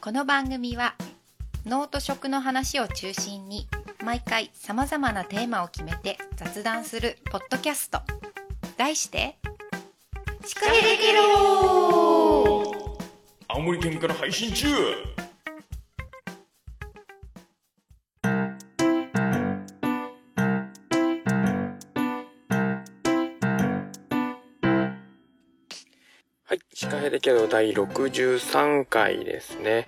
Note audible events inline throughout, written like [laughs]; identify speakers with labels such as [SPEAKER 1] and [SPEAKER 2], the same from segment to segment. [SPEAKER 1] この番組は脳と食の話を中心に毎回さまざまなテーマを決めて雑談するポッドキャスト題して「しっかりできる!」
[SPEAKER 2] 青森県から配信中
[SPEAKER 3] はい。シカヘデキャド第63回ですね。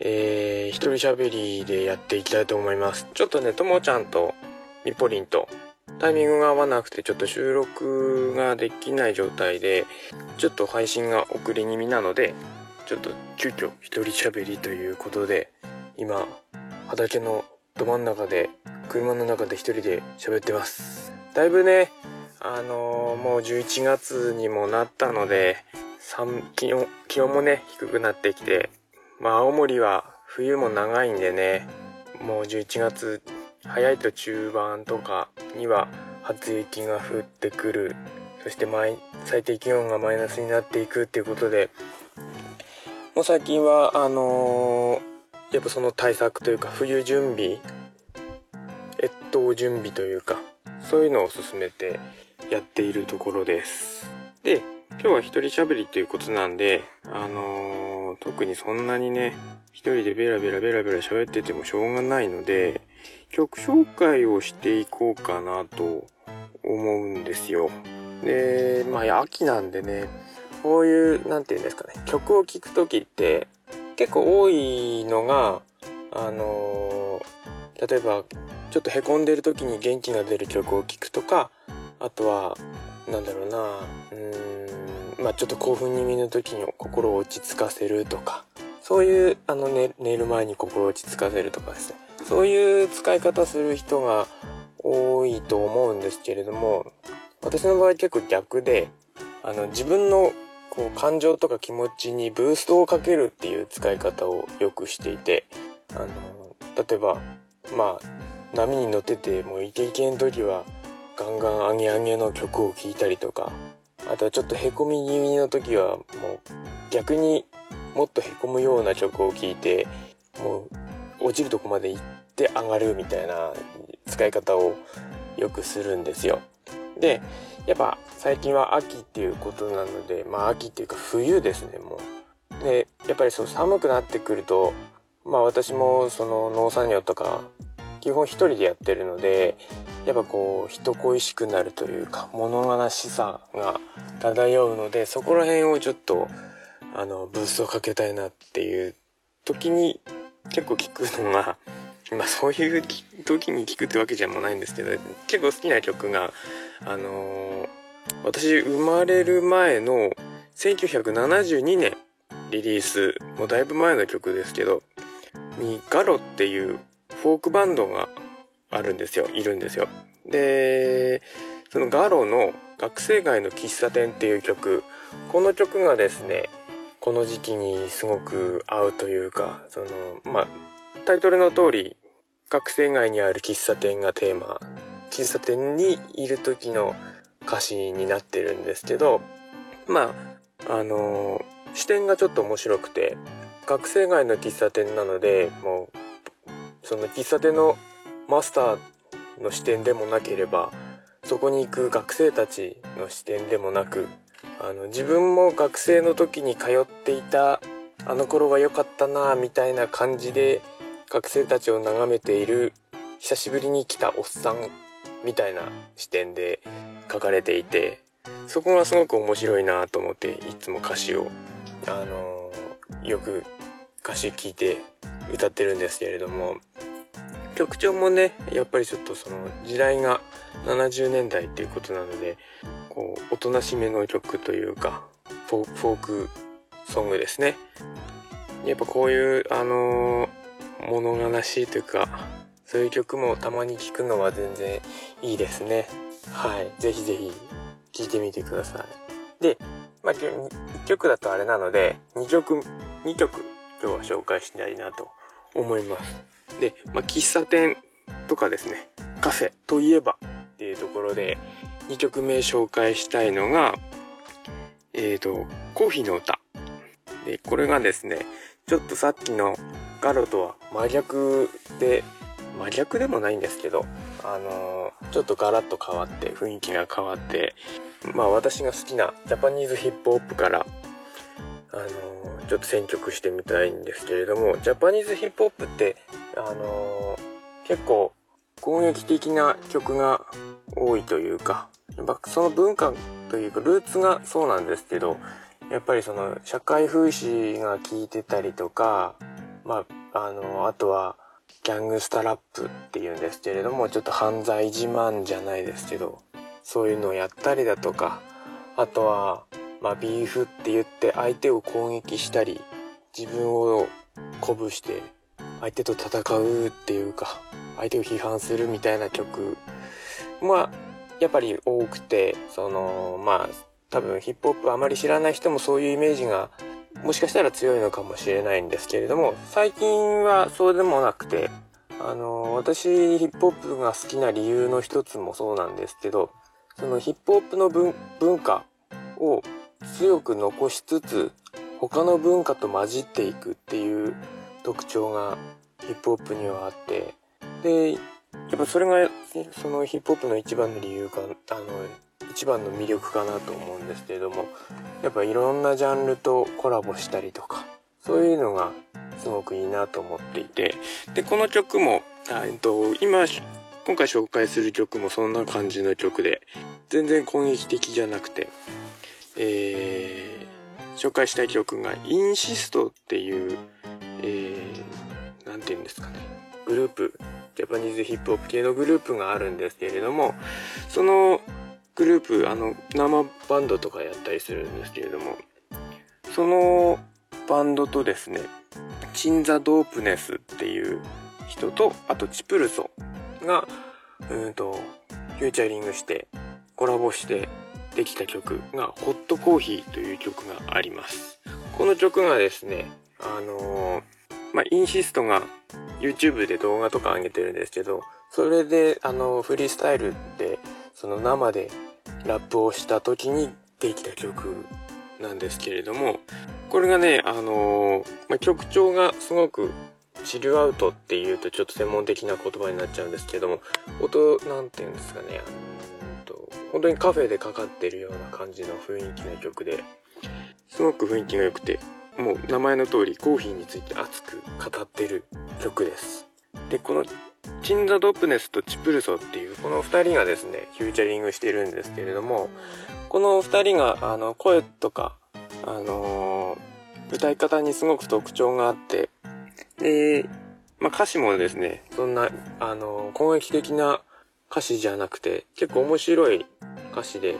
[SPEAKER 3] えー、一人喋りでやっていきたいと思います。ちょっとね、ともちゃんとみぽりんとタイミングが合わなくてちょっと収録ができない状態で、ちょっと配信が遅れ気味なので、ちょっと急遽一人喋りということで、今、畑のど真ん中で、車の中で一人で喋ってます。だいぶね、あのーもう11月にもなったので、寒気温気温もね低くなってきてまあ青森は冬も長いんでねもう11月早いと中盤とかには初雪が降ってくるそしてマイ最低気温がマイナスになっていくっていうことでもう最近はあのーやっぱその対策というか冬準備越冬準備というかそういうのを進めてやっているところです。で今日は一人喋りということなんで、あのー特にそんなにね、一人でベラベラベラベラ喋っててもしょうがないので、曲紹介をしていこうかなと思うんですよ。で、まあ秋なんでね、こういう、なんていうんですかね、曲を聴くときって結構多いのが、あのー例えばちょっとへこんでるときに元気が出る曲を聴くとか、あとはなんだろうなうーんまあちょっと興奮気味の時に心を落ち着かせるとかそういうあの、ね、寝る前に心を落ち着かせるとかですねそういう使い方する人が多いと思うんですけれども私の場合結構逆であの自分のこう感情とか気持ちにブーストをかけるっていう使い方をよくしていてあの例えばまあ波に乗っててもうイケイケの時はガンガンアゲアゲの曲を聴いたりとかあとはちょっとへこみ気味の時はもう逆にもっとへこむような曲を聴いてもう落ちるとこまで行って上がるみたいな使い方をよくするんですよ。でやっぱ最近は秋っていうことなのでまあ秋っていうか冬ですねもう。でやっぱりそう寒くなってくるとまあ私もその農作業とか基本一人でやってるのでやっぱこう人恋しくなるというか物悲しさが漂うのでそこら辺をちょっとあのブーストをかけたいなっていう時に結構聞くのが [laughs] まあそういうき時に聞くってわけじゃもうないんですけど結構好きな曲があのー私生まれる前の1972年リリースもうだいぶ前の曲ですけどにガロっていうフォークバンドがあるんですよいるんですよでそのガロの「学生街の喫茶店」っていう曲この曲がですねこの時期にすごく合うというかそのまあタイトルの通り学生街にある喫茶店がテーマ喫茶店にいる時の歌詞になってるんですけどまああの視点がちょっと面白くて学生街の喫茶店なのでもうその喫茶店のマスターの視点でもなければそこに行く学生たちの視点でもなくあの自分も学生の時に通っていたあの頃は良かったなあみたいな感じで学生たちを眺めている久しぶりに来たおっさんみたいな視点で書かれていてそこがすごく面白いなと思っていつも歌詞を、あのよく歌詞聞いて歌ってるんですけれども曲調もねやっぱりちょっとその時代が70年代っていうことなのでこうおとなしめの曲というかフォーフォークソングですねやっぱこういうあのー物悲しいというかそういう曲もたまに聴くのは全然いいですねはいぜひぜひ聴いてみてくださいで、まあ、きょ1曲だとあれなので2曲2曲今日は紹介したいなと思いますで、まあ、喫茶店とかですねカフェといえばっていうところで2曲目紹介したいのがえー、と「コーヒーの歌」で、これがですね、ちょっとさっきのガロとは真逆で、真逆でもないんですけど、あのーちょっとガラッと変わって、雰囲気が変わって、まあ私が好きなジャパニーズヒップホップから、あのーちょっと選曲してみたいんですけれども、ジャパニーズヒップホップって、あのー結構攻撃的な曲が多いというか、やっぱその文化というか、ルーツがそうなんですけど、やっぱりその社会風刺が効いてたりとか、まあ、あの、あとはギャングスタラップっていうんですけれども、ちょっと犯罪自慢じゃないですけど、そういうのをやったりだとか、あとは、まあ、ビーフって言って相手を攻撃したり、自分を鼓舞して相手と戦うっていうか、相手を批判するみたいな曲まあやっぱり多くて、その、まあ、多分ヒップホップあまり知らない人もそういうイメージがもしかしたら強いのかもしれないんですけれども最近はそうでもなくてあの私ヒップホップが好きな理由の一つもそうなんですけどそのヒップホップの文文化を強く残しつつ他の文化と混じっていくっていう特徴がヒップホップにはあってでやっぱそれがそのヒップホップの一番の理由かあの一番の魅力かなと思うんですけれどもやっぱいろんなジャンルとコラボしたりとかそういうのがすごくいいなと思っていてでこの曲も、あえっと、今今回紹介する曲もそんな感じの曲で全然攻撃的じゃなくて、えー紹介したい曲が「インシスト」っていう何、えーなんて言うんですかねグループジャパニーズヒップホップ系のグループがあるんですけれどもそのグループあの生バンドとかやったりするんですけれどもそのバンドとですねチンザ・ドープネスっていう人とあとチプルソがうーんとフューチャリングしてコラボしてできた曲が「ホットコーヒー」という曲がありますこの曲がですねあのーまあ、インシストが YouTube で動画とか上げてるんですけどそれであのフリースタイルってその生でラップをした時にできた曲なんですけれどもこれがねあのーまあ、曲調がすごくチルアウトっていうとちょっと専門的な言葉になっちゃうんですけども音なんていうんですかねうーんと本当にカフェでかかってるような感じの雰囲気の曲ですごく雰囲気が良くてもう名前の通りコーヒーについて熱く語ってる曲ですでこのチンザ・ドップネスとチプルソっていうこの2人がですねフューチャリングしてるんですけれどもこの2人があの声とか、あのー歌い方にすごく特徴があってで、まあ、歌詞もですねそんな、あのー攻撃的な歌詞じゃなくて結構面白い歌詞で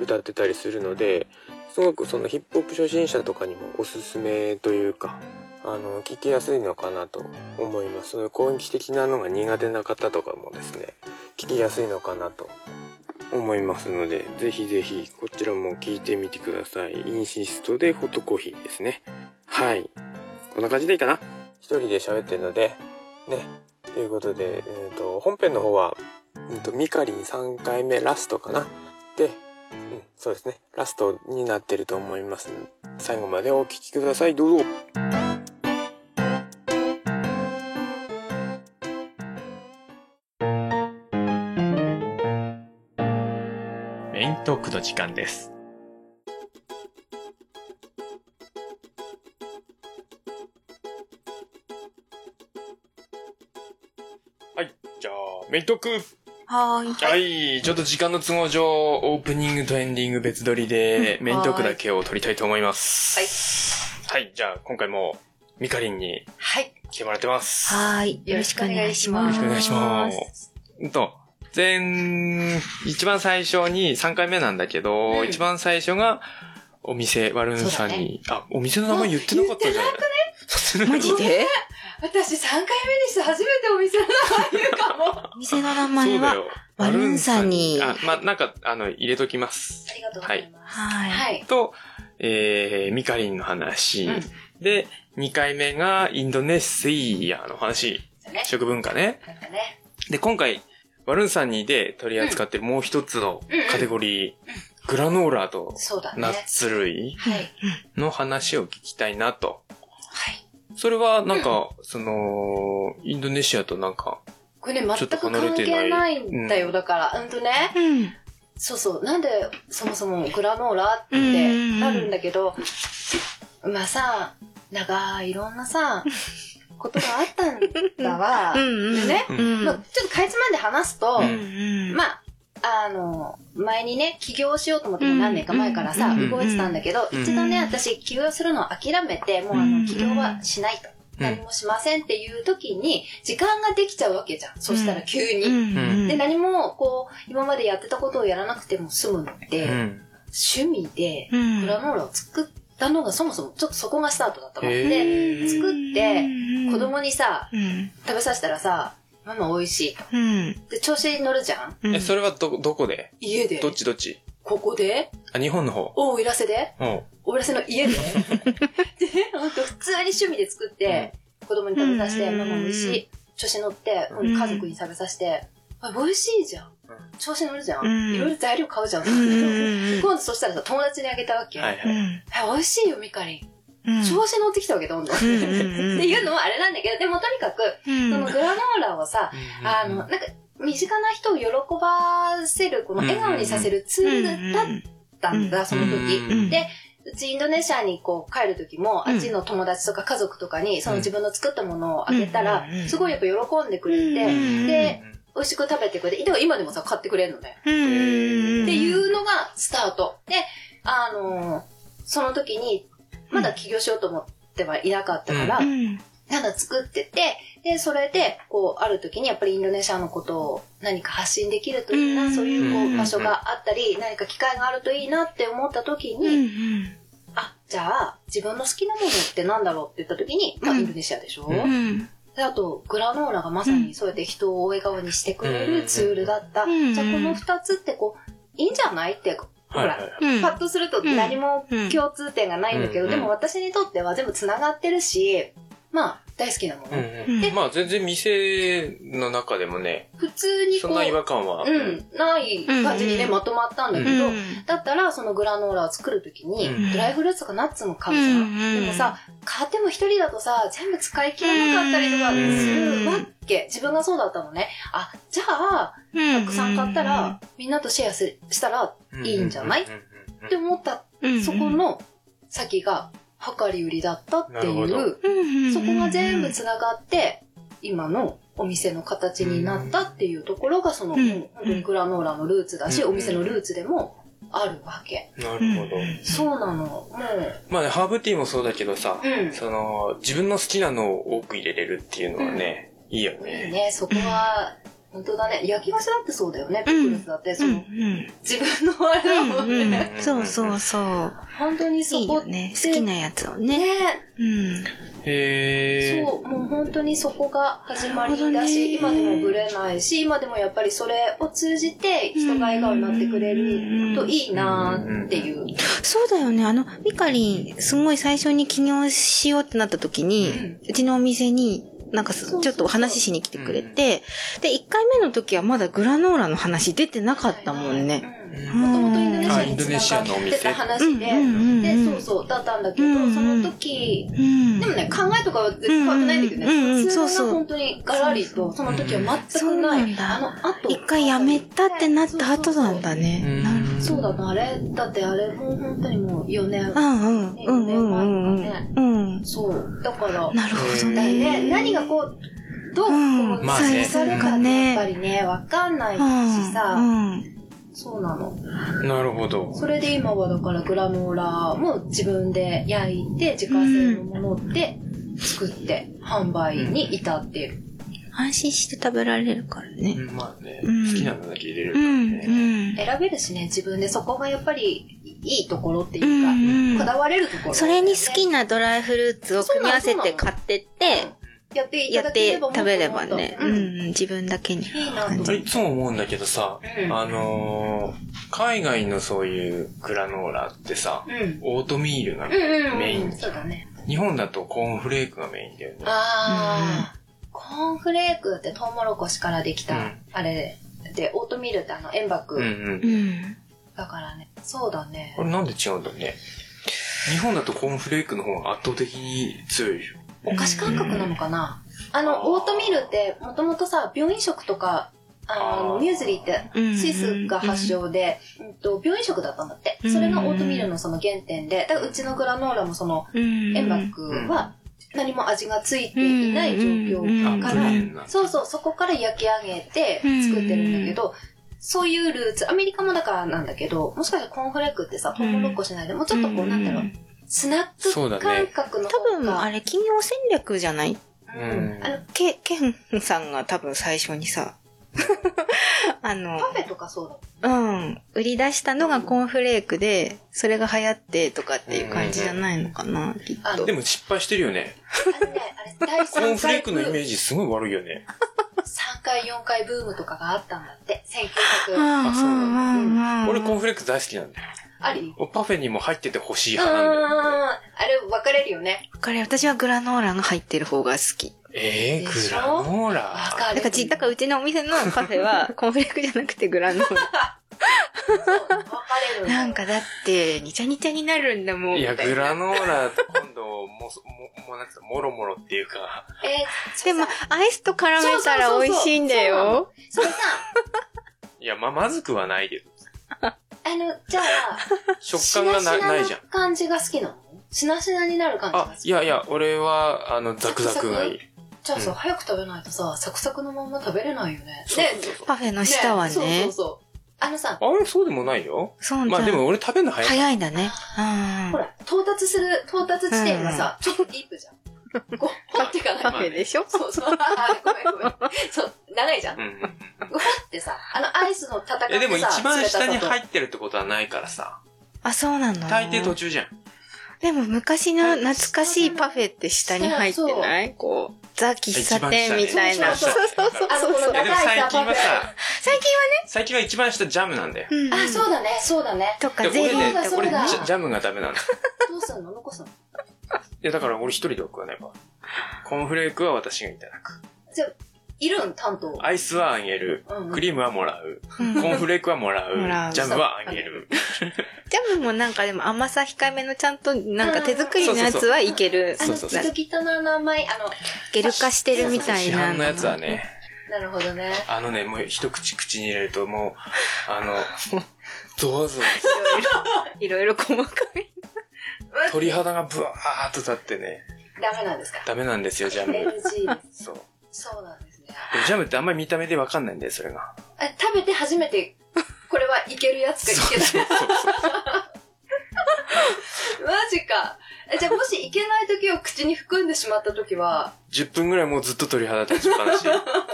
[SPEAKER 3] 歌ってたりするのですごくそのヒップホップ初心者とかにもおすすめというかあの聞きやすいのかなと思いますそういう攻撃的なのが苦手な方とかもですね聞きやすいのかなと思いますのでぜひぜひこちらも聞いてみてくださいインシストでホットコーヒーですねはいこんな感じでいいかな一人で喋ってるのでねということで、えー、と本編の方は、うん、とミカリン3回目ラストかなで、うん、そうですねラストになってると思います最後までお聴きくださいどうぞメイントークの時間です。はい、じゃあ、メイントーク
[SPEAKER 2] はーい。
[SPEAKER 3] はい、ちょっと時間の都合上、オープニングとエンディング別撮りで、メイントークだけを撮りたいと思います。はい。はい、じゃあ、今回も、ミカリンに
[SPEAKER 1] はい。
[SPEAKER 3] 来てもらってます。
[SPEAKER 2] はーい。よろしくお願いします。
[SPEAKER 3] よろしくお願いします。うんと、前、一番最初に、3回目なんだけど、
[SPEAKER 1] うん
[SPEAKER 3] 一番最初が、お店、ワルーンさんに、あ、お店の名前言ってなかったじゃん。
[SPEAKER 2] マジで
[SPEAKER 4] 私3回目にして初めてお店の名前言うかも。あ
[SPEAKER 2] お店の名
[SPEAKER 3] そ
[SPEAKER 2] 前
[SPEAKER 3] うだ
[SPEAKER 2] は、
[SPEAKER 3] よ。
[SPEAKER 2] ワルーンさんに
[SPEAKER 3] あ、ま、なんか、あの、入れときます。
[SPEAKER 4] りがとうございます。
[SPEAKER 2] はい。
[SPEAKER 4] はい。
[SPEAKER 3] と、えー、ミカリンの話。
[SPEAKER 4] うん
[SPEAKER 3] で、2回目が、インドネシアの話。
[SPEAKER 4] そうね。
[SPEAKER 3] 食文化ね。
[SPEAKER 4] なんかね。
[SPEAKER 3] で、今回、ワルーンさんにで取り扱ってるもう一つのカテゴリー、グラノーラと
[SPEAKER 4] そうだね。
[SPEAKER 3] ナ
[SPEAKER 4] は
[SPEAKER 3] ッツ類
[SPEAKER 4] い。
[SPEAKER 3] の話を聞きたいなと。
[SPEAKER 4] はい。
[SPEAKER 3] それはなんか、その、インドネシアとなんか、
[SPEAKER 4] これね、
[SPEAKER 3] ちょ
[SPEAKER 4] 全
[SPEAKER 3] っと
[SPEAKER 4] く
[SPEAKER 3] 離れ
[SPEAKER 4] 関
[SPEAKER 3] てない
[SPEAKER 4] 係ないんだよ。だから、うんとね、
[SPEAKER 2] うん。
[SPEAKER 4] そうそう。なんで、そもそもグラノーラって
[SPEAKER 2] うん
[SPEAKER 4] あるんだけど、まあさ、長いいろんなさ、ことがあったんだわ。
[SPEAKER 2] [laughs] うんうん。
[SPEAKER 4] でね、
[SPEAKER 2] う
[SPEAKER 4] まあ
[SPEAKER 2] ん。
[SPEAKER 4] ちょっとかいつまんで話すと、
[SPEAKER 3] う
[SPEAKER 2] うん。
[SPEAKER 4] まあ、あの、前にね、起業しようと思っても何年か前からさ、
[SPEAKER 2] うん
[SPEAKER 4] 動いてたんだけど、
[SPEAKER 3] うん
[SPEAKER 4] 一度ね、私、起業するのを諦めて、もうあの、
[SPEAKER 2] うん
[SPEAKER 4] 起業はしないと。
[SPEAKER 3] うん
[SPEAKER 4] 何もしませんっていう時に、時間ができちゃうわけじゃん。そしたら急
[SPEAKER 2] う
[SPEAKER 4] に。
[SPEAKER 2] ん
[SPEAKER 3] う
[SPEAKER 4] で、何も、こう、今までやってたことをやらなくても済むので、
[SPEAKER 3] うん。
[SPEAKER 4] 趣味で、
[SPEAKER 2] うん
[SPEAKER 4] グラノーラを作ったのが、そもそも、ちょっとそこがスタートだったの。で、
[SPEAKER 3] へー
[SPEAKER 4] 作って
[SPEAKER 2] うん
[SPEAKER 4] 子供にさ、
[SPEAKER 2] うん。
[SPEAKER 4] 食べさせたらさ、ママ美味しいと。
[SPEAKER 2] うん。
[SPEAKER 4] で、調子に乗るじゃん
[SPEAKER 2] うん
[SPEAKER 3] え、それはど、どこで
[SPEAKER 4] 家で
[SPEAKER 3] ど。っちどっち
[SPEAKER 4] ここで
[SPEAKER 3] あ、日本の方。
[SPEAKER 4] おいらせで
[SPEAKER 3] うん。
[SPEAKER 4] おらせの家で。
[SPEAKER 2] [laughs]
[SPEAKER 4] で、ほんと普通に趣味で作って、子供に食べさせて、
[SPEAKER 2] うん
[SPEAKER 4] ママ美味しい。調子乗って、
[SPEAKER 3] うん
[SPEAKER 4] 家族に食べさせて、あ、美味しいじゃん。調子乗るじゃん。
[SPEAKER 2] うん
[SPEAKER 4] いろいろ材料買うじゃん。
[SPEAKER 2] うん
[SPEAKER 4] 今度そしたらさ、友達にあげたわけ。
[SPEAKER 3] はい
[SPEAKER 2] うん
[SPEAKER 3] はい。
[SPEAKER 4] あ美味しいよ、みかりん。
[SPEAKER 2] うん。
[SPEAKER 4] 調子乗ってきたわけ、どんどん。っ
[SPEAKER 2] う
[SPEAKER 4] て
[SPEAKER 2] んうんうん
[SPEAKER 4] いうのもあれなんだけど、でもとにかく、
[SPEAKER 2] うん
[SPEAKER 4] そのグラノーラをさ、
[SPEAKER 3] うん
[SPEAKER 4] あの、なんか、身近な人を喜ばせる、この笑顔にさせるツールだったんだ、その時。
[SPEAKER 3] うん
[SPEAKER 4] でうちインドネシアにこう帰る時も、
[SPEAKER 2] うん
[SPEAKER 4] あっちの友達とか家族とかにその自分の作ったものをあげたら、
[SPEAKER 2] うん
[SPEAKER 4] すごいやっぱ喜んでくれて、
[SPEAKER 2] うん
[SPEAKER 4] で、美味しく食べてくれて、でも今でもさ、買ってくれるのね。
[SPEAKER 2] うんうん。
[SPEAKER 4] っていうのがスタート。で、あのーその時に、まだ起業しようと思ってはいなかったから、
[SPEAKER 2] うん。
[SPEAKER 4] ただ作ってて、で、それで、こう、ある時にやっぱりインドネシアのことを何か発信できるといいな、
[SPEAKER 2] うん
[SPEAKER 4] そういう
[SPEAKER 3] う
[SPEAKER 4] こ
[SPEAKER 3] ん
[SPEAKER 4] う場所があったり、何か機会があるといいなって思った時
[SPEAKER 2] う
[SPEAKER 4] に、
[SPEAKER 2] ん。
[SPEAKER 4] あ、じゃあ、自分の好きなものってなんだろうって言った時に、まあ、
[SPEAKER 2] うん
[SPEAKER 4] インドネシアでしょ、
[SPEAKER 3] う
[SPEAKER 2] うん。
[SPEAKER 4] で、あと、グラノーラがまさにそうやって人を笑顔にしてくれ
[SPEAKER 3] うん
[SPEAKER 4] るツールだった。
[SPEAKER 2] うん
[SPEAKER 4] じゃあ、この二つってこう、いいんじゃないって、ほ
[SPEAKER 3] はい
[SPEAKER 4] ら、
[SPEAKER 3] はい。
[SPEAKER 2] うん。
[SPEAKER 4] パッとすると何も
[SPEAKER 2] うん
[SPEAKER 4] 共通点がないんだけど、
[SPEAKER 3] うん
[SPEAKER 4] でも私にとっては全部繋がってるし、まあ、大好きなも
[SPEAKER 3] う
[SPEAKER 4] の。
[SPEAKER 3] んうんまあ全然店の中でもね、
[SPEAKER 4] 普通に
[SPEAKER 3] そ
[SPEAKER 4] こ
[SPEAKER 3] んな違
[SPEAKER 4] う、
[SPEAKER 3] 和感は。
[SPEAKER 4] うん、ない感じにね、
[SPEAKER 2] うん
[SPEAKER 4] まとまったんだけど、だったら、そのグラノーラを作るときに、
[SPEAKER 3] うん
[SPEAKER 4] ドライフルーツとかナッツも買うじゃん。
[SPEAKER 2] うんうん
[SPEAKER 4] でもさ、買っても一人だとさ、全部使い切れなかったりとかするわけ。自分がそうだったのね。あ、じゃあ、たくさん買ったら、みんなとシェアすしたらいいんじゃない
[SPEAKER 3] うんうん
[SPEAKER 4] って思った、そこの先が、量り売りだったってい
[SPEAKER 3] なる
[SPEAKER 4] う、そこが全部繋がって、今のお店の形になったっていうところが、その、
[SPEAKER 2] うん
[SPEAKER 4] もう本当にグラノーラのルーツだし、
[SPEAKER 3] うん
[SPEAKER 4] お店のルーツでもあるわけ。
[SPEAKER 3] なるほど。
[SPEAKER 4] そうなの。も
[SPEAKER 3] まあね、ハーブティーもそうだけどさ
[SPEAKER 4] う、、うん。
[SPEAKER 3] その、自分の好きなのを多く入れれるっていうのはね、いいよ
[SPEAKER 4] いい
[SPEAKER 3] ね。
[SPEAKER 4] ね、そこは、本当だね。焼き菓子だってそうだよね、ピクルスだって。その、自分のあれだもんね。
[SPEAKER 3] うん
[SPEAKER 2] そうそうそう。
[SPEAKER 4] 本当にそ
[SPEAKER 2] いい
[SPEAKER 4] こ
[SPEAKER 2] よ
[SPEAKER 4] って。
[SPEAKER 2] ね。好きなやつを
[SPEAKER 4] ね
[SPEAKER 2] ね。うん。
[SPEAKER 3] へー。
[SPEAKER 4] そう、もう本当にそこが始まり
[SPEAKER 2] なるほど
[SPEAKER 4] だ
[SPEAKER 2] ね
[SPEAKER 4] し、今でもぶれないし、今でもやっぱりそれを通じて人が笑顔になってくれるといいなーっていう。
[SPEAKER 2] そうだよね。あの、ミカリン、すごい最初に起業しようってなった時に、うちのお店に、なんか
[SPEAKER 4] そうそ
[SPEAKER 2] す
[SPEAKER 4] う
[SPEAKER 2] ちょっとお話ししに来てくれて、で、1回目の時はまだグラノーラの話出てなかったもんね。
[SPEAKER 4] うん。もともとインドネシア
[SPEAKER 3] あイン
[SPEAKER 4] に
[SPEAKER 3] ドネ
[SPEAKER 4] つ
[SPEAKER 3] シア
[SPEAKER 4] な
[SPEAKER 3] の
[SPEAKER 4] が
[SPEAKER 3] お
[SPEAKER 4] っ
[SPEAKER 3] 店
[SPEAKER 4] てた話で、で、そう
[SPEAKER 2] う
[SPEAKER 4] そう、だったんだけど、
[SPEAKER 2] うん
[SPEAKER 4] その時
[SPEAKER 2] ん。
[SPEAKER 4] でもね、考えとかは全然変わってないんだけどね、
[SPEAKER 2] うんうんうん
[SPEAKER 4] 普通
[SPEAKER 2] そう
[SPEAKER 4] の
[SPEAKER 2] そう
[SPEAKER 4] が本当にガラリと、その時は全
[SPEAKER 2] そう
[SPEAKER 4] く
[SPEAKER 2] な
[SPEAKER 4] ない、
[SPEAKER 2] んだ
[SPEAKER 4] あの後。
[SPEAKER 2] 一回やめたってなった後なんだね。
[SPEAKER 3] うん
[SPEAKER 2] なるほ
[SPEAKER 4] そうだな、あれ、だってあれもう本当にもう4年。
[SPEAKER 2] ど。うんうん。うんうんうんうん。
[SPEAKER 4] そう、だから、
[SPEAKER 2] なるほど
[SPEAKER 4] だ
[SPEAKER 2] ね。
[SPEAKER 4] ね、何がこう、どう、こ
[SPEAKER 2] うん
[SPEAKER 4] う、
[SPEAKER 3] まあ
[SPEAKER 4] 再
[SPEAKER 3] ね
[SPEAKER 4] 生されるかってやっぱりね、わかんないしさ、
[SPEAKER 2] うん。
[SPEAKER 4] そうなの。
[SPEAKER 3] なるほど。
[SPEAKER 4] それで今はだからグラノーラも自分で焼いて、自家製のもので作って、販売に至っている。
[SPEAKER 2] 安心して食べられるから
[SPEAKER 3] う
[SPEAKER 2] ね。
[SPEAKER 3] んまあね、
[SPEAKER 2] うん
[SPEAKER 3] 好きなのだけ入れれる
[SPEAKER 2] う
[SPEAKER 3] から
[SPEAKER 2] ん。う
[SPEAKER 3] ね。
[SPEAKER 2] ん。
[SPEAKER 4] 選べるしね自分でそこがやっぱりいいところっていう
[SPEAKER 2] う
[SPEAKER 4] か、
[SPEAKER 2] ん
[SPEAKER 4] こだわれるところ、
[SPEAKER 2] それに好きなドライフルーツを組み合わせて買ってって、
[SPEAKER 4] やっていた
[SPEAKER 2] や
[SPEAKER 4] だ
[SPEAKER 2] っ
[SPEAKER 4] け
[SPEAKER 2] て
[SPEAKER 4] ればもっと
[SPEAKER 2] 食べればね。
[SPEAKER 4] う、
[SPEAKER 2] うんん。自分だけに。
[SPEAKER 4] いいなと思
[SPEAKER 2] 感
[SPEAKER 4] う
[SPEAKER 2] じ
[SPEAKER 3] いつも思うんだけどさ、
[SPEAKER 4] うん
[SPEAKER 3] あのー、海外のそういうグラノーラってさ、
[SPEAKER 4] うん
[SPEAKER 3] オートミールが
[SPEAKER 4] うんうんうん
[SPEAKER 3] メインじ
[SPEAKER 4] そう
[SPEAKER 3] ゃ
[SPEAKER 4] だ
[SPEAKER 3] ん。
[SPEAKER 4] ね
[SPEAKER 3] 日本だとコーンフレークがメインだよね。
[SPEAKER 4] ああ、コーンフレークってトウモロコシからできた、
[SPEAKER 3] うん
[SPEAKER 4] あれでオートミールってあの塩
[SPEAKER 3] うんう
[SPEAKER 4] 爆
[SPEAKER 3] ん
[SPEAKER 2] う。ん。
[SPEAKER 4] だからね、そうだね
[SPEAKER 3] あ。れなんで違うんだろうね。日本だとコーンフレークの方が圧倒的に強いでしょ。
[SPEAKER 4] お菓子感覚なのかな、あの、オートミールって、もともとさ、病院食とか、あの、ミューズリーって、スイスが発祥で、うんと、病院食だったんだって。それがオートミールのその原点で、だからうちのグラノーラもその、
[SPEAKER 2] うん。
[SPEAKER 4] 円幕は何も味がついていない状況
[SPEAKER 3] あ、
[SPEAKER 2] うん
[SPEAKER 3] プレーンな。
[SPEAKER 4] そうそうそこから焼き上げて作ってるんだけど、そういうルーツアメリカもだからなんだけどもしかしたらコーンフレークってさトウモロコシないでもうちょっとこう、なんだろうスナ
[SPEAKER 3] そうだ
[SPEAKER 4] ック
[SPEAKER 3] ね
[SPEAKER 4] 感覚の
[SPEAKER 2] 多
[SPEAKER 4] 方
[SPEAKER 2] 分、あ
[SPEAKER 4] が
[SPEAKER 2] れ、企業戦略じゃない
[SPEAKER 4] うんあの
[SPEAKER 2] ケ、ケンさんが多分最初にさ、 [laughs] あの、
[SPEAKER 4] パフェとかそうだ
[SPEAKER 2] うん、売り出したのがコーンフレークで、それが流行ってとかっていう感じじゃないのかな、きっ
[SPEAKER 4] あの
[SPEAKER 2] と
[SPEAKER 3] で。も失敗してるよね。
[SPEAKER 4] あれねあれ第
[SPEAKER 3] コーン [laughs]
[SPEAKER 4] 3
[SPEAKER 3] フレー
[SPEAKER 4] 回
[SPEAKER 3] ク
[SPEAKER 4] ブ
[SPEAKER 3] のイメ
[SPEAKER 4] ー
[SPEAKER 3] ージすごい悪いよね。
[SPEAKER 4] 3回4回ブームとかがあったんだって
[SPEAKER 2] うん
[SPEAKER 4] 1900
[SPEAKER 3] あそうなん
[SPEAKER 2] うんうん
[SPEAKER 3] 俺コーンフレーク大好きなんだよ。
[SPEAKER 4] あり
[SPEAKER 3] パフェにも入ってて欲しいう
[SPEAKER 4] ーん
[SPEAKER 3] 派なんだよ。
[SPEAKER 4] あれ分かれるよね
[SPEAKER 2] わかる私はグラノーラが入ってる方が好き。
[SPEAKER 3] えー、
[SPEAKER 4] でし
[SPEAKER 3] グ
[SPEAKER 4] ょ
[SPEAKER 3] ラノーラ。
[SPEAKER 4] 分か
[SPEAKER 2] だ
[SPEAKER 4] れ
[SPEAKER 2] か
[SPEAKER 4] る
[SPEAKER 2] らじ、だからうちのお店のパフェはコーンフレークじゃなくてグラノーラ。
[SPEAKER 4] そう分かれる
[SPEAKER 2] なんかだって、にちゃにちゃになるんだもん。
[SPEAKER 3] いや、
[SPEAKER 2] みたいな
[SPEAKER 3] グラノーラと今度、もそ、も、もなんか、もろもろっていうか、
[SPEAKER 4] えー
[SPEAKER 2] でも、アイスと絡めたら美味しいんだよ。
[SPEAKER 4] それさ
[SPEAKER 3] いや、ま、まずくはないけど、
[SPEAKER 4] あのじゃあ
[SPEAKER 3] 食感がな、ないじゃん
[SPEAKER 4] しなしなの。感じが好きなのしなしなになる感じが
[SPEAKER 3] あ
[SPEAKER 4] 好、き
[SPEAKER 3] いやいや、俺は、あの、ザクザクがいい。
[SPEAKER 4] じゃあさ、
[SPEAKER 3] うん
[SPEAKER 4] 早く食べないとさサクサクのまま食べれないよね
[SPEAKER 3] そう
[SPEAKER 4] ね
[SPEAKER 3] そうそう。
[SPEAKER 2] パフェの下はね。
[SPEAKER 4] そうそうそうあのさ
[SPEAKER 3] あれ、そうでもないよ。
[SPEAKER 2] そう
[SPEAKER 3] まあ
[SPEAKER 2] じ
[SPEAKER 3] で
[SPEAKER 2] ゃ
[SPEAKER 3] も俺食べるの早い。
[SPEAKER 2] 早いんだね。うん
[SPEAKER 4] ほ。ら到達する到達地点がさ、ちょっとディープじゃんこう掘っていか
[SPEAKER 2] パ
[SPEAKER 4] ない
[SPEAKER 2] フェでしょ
[SPEAKER 4] そうそうあーごめんごめんそう長いじゃ
[SPEAKER 3] う
[SPEAKER 4] ん
[SPEAKER 3] んうん。
[SPEAKER 4] 掘ってさあのアイスの戦い
[SPEAKER 3] え、でも
[SPEAKER 4] で
[SPEAKER 3] 一
[SPEAKER 4] さ
[SPEAKER 3] 番下に
[SPEAKER 4] 冷たさ
[SPEAKER 3] 入ってるってことはないからさ。
[SPEAKER 2] あ、そうなの
[SPEAKER 3] 大抵途中じゃん。
[SPEAKER 2] でも昔の懐かしいパフェって下に入ってないこう、ザ喫茶店みたいな。
[SPEAKER 4] 一番下ね
[SPEAKER 2] そうそう
[SPEAKER 4] とあのこ
[SPEAKER 2] そ
[SPEAKER 4] の
[SPEAKER 2] う
[SPEAKER 3] いやでも
[SPEAKER 4] 長い
[SPEAKER 3] 最
[SPEAKER 4] さ
[SPEAKER 3] 近はさ、
[SPEAKER 2] 最近
[SPEAKER 3] 最近は一番下ジャムなんだよ。
[SPEAKER 2] はね、
[SPEAKER 4] パフェあそうだねそうだね
[SPEAKER 2] とか
[SPEAKER 3] で
[SPEAKER 2] ゼリ
[SPEAKER 3] 俺ね
[SPEAKER 4] そう
[SPEAKER 2] ー
[SPEAKER 4] だ、
[SPEAKER 2] と
[SPEAKER 4] そう
[SPEAKER 3] 俺ジ
[SPEAKER 4] だ
[SPEAKER 2] か。
[SPEAKER 3] ャジャムがダメなんだ。
[SPEAKER 4] どうすんの残すの
[SPEAKER 3] いや、だから俺一人で食わないわ。コーンフレークは私がいただく。
[SPEAKER 4] いるん担当
[SPEAKER 3] アイスはあげる。
[SPEAKER 4] うんうん
[SPEAKER 3] クリームはもらう。
[SPEAKER 2] うん
[SPEAKER 3] コーンフレークはもら
[SPEAKER 2] もら
[SPEAKER 3] う。
[SPEAKER 2] う
[SPEAKER 3] ジャムはあげる。
[SPEAKER 2] ジャムもなんかでも甘さ控えめのちゃんとなんか手作りのやつはいける。
[SPEAKER 4] あ
[SPEAKER 3] そ
[SPEAKER 4] の、
[SPEAKER 3] う
[SPEAKER 4] ち
[SPEAKER 3] そう
[SPEAKER 4] ょ
[SPEAKER 3] そう
[SPEAKER 4] っと汚な名前、あの、
[SPEAKER 2] ゲル化してるみたい
[SPEAKER 3] 市
[SPEAKER 2] な。
[SPEAKER 3] 販のやつは。ね、
[SPEAKER 4] なるほどね。
[SPEAKER 3] あのね、もう一口口に入れるともう、あの、ど
[SPEAKER 4] [laughs]
[SPEAKER 3] うぞ、
[SPEAKER 2] いろいろ細かい。
[SPEAKER 3] 鳥肌がブワーっと立ってね、
[SPEAKER 4] ダメなんですか
[SPEAKER 3] ダメなんですよ、ジャ
[SPEAKER 4] ?NG
[SPEAKER 3] ム。
[SPEAKER 4] です。
[SPEAKER 3] そう。
[SPEAKER 4] そうなんですね。
[SPEAKER 3] でもジャムってあんまり見た目でわかんないんだよ、それが。
[SPEAKER 4] え食べて初めて、これはいけるやつかいけない。
[SPEAKER 3] そうそうそう。
[SPEAKER 4] マジか。えじゃあもしいけない時を口に含んでしまった時は、
[SPEAKER 3] 10分ぐらいもうずっと鳥肌立ちっぱなし。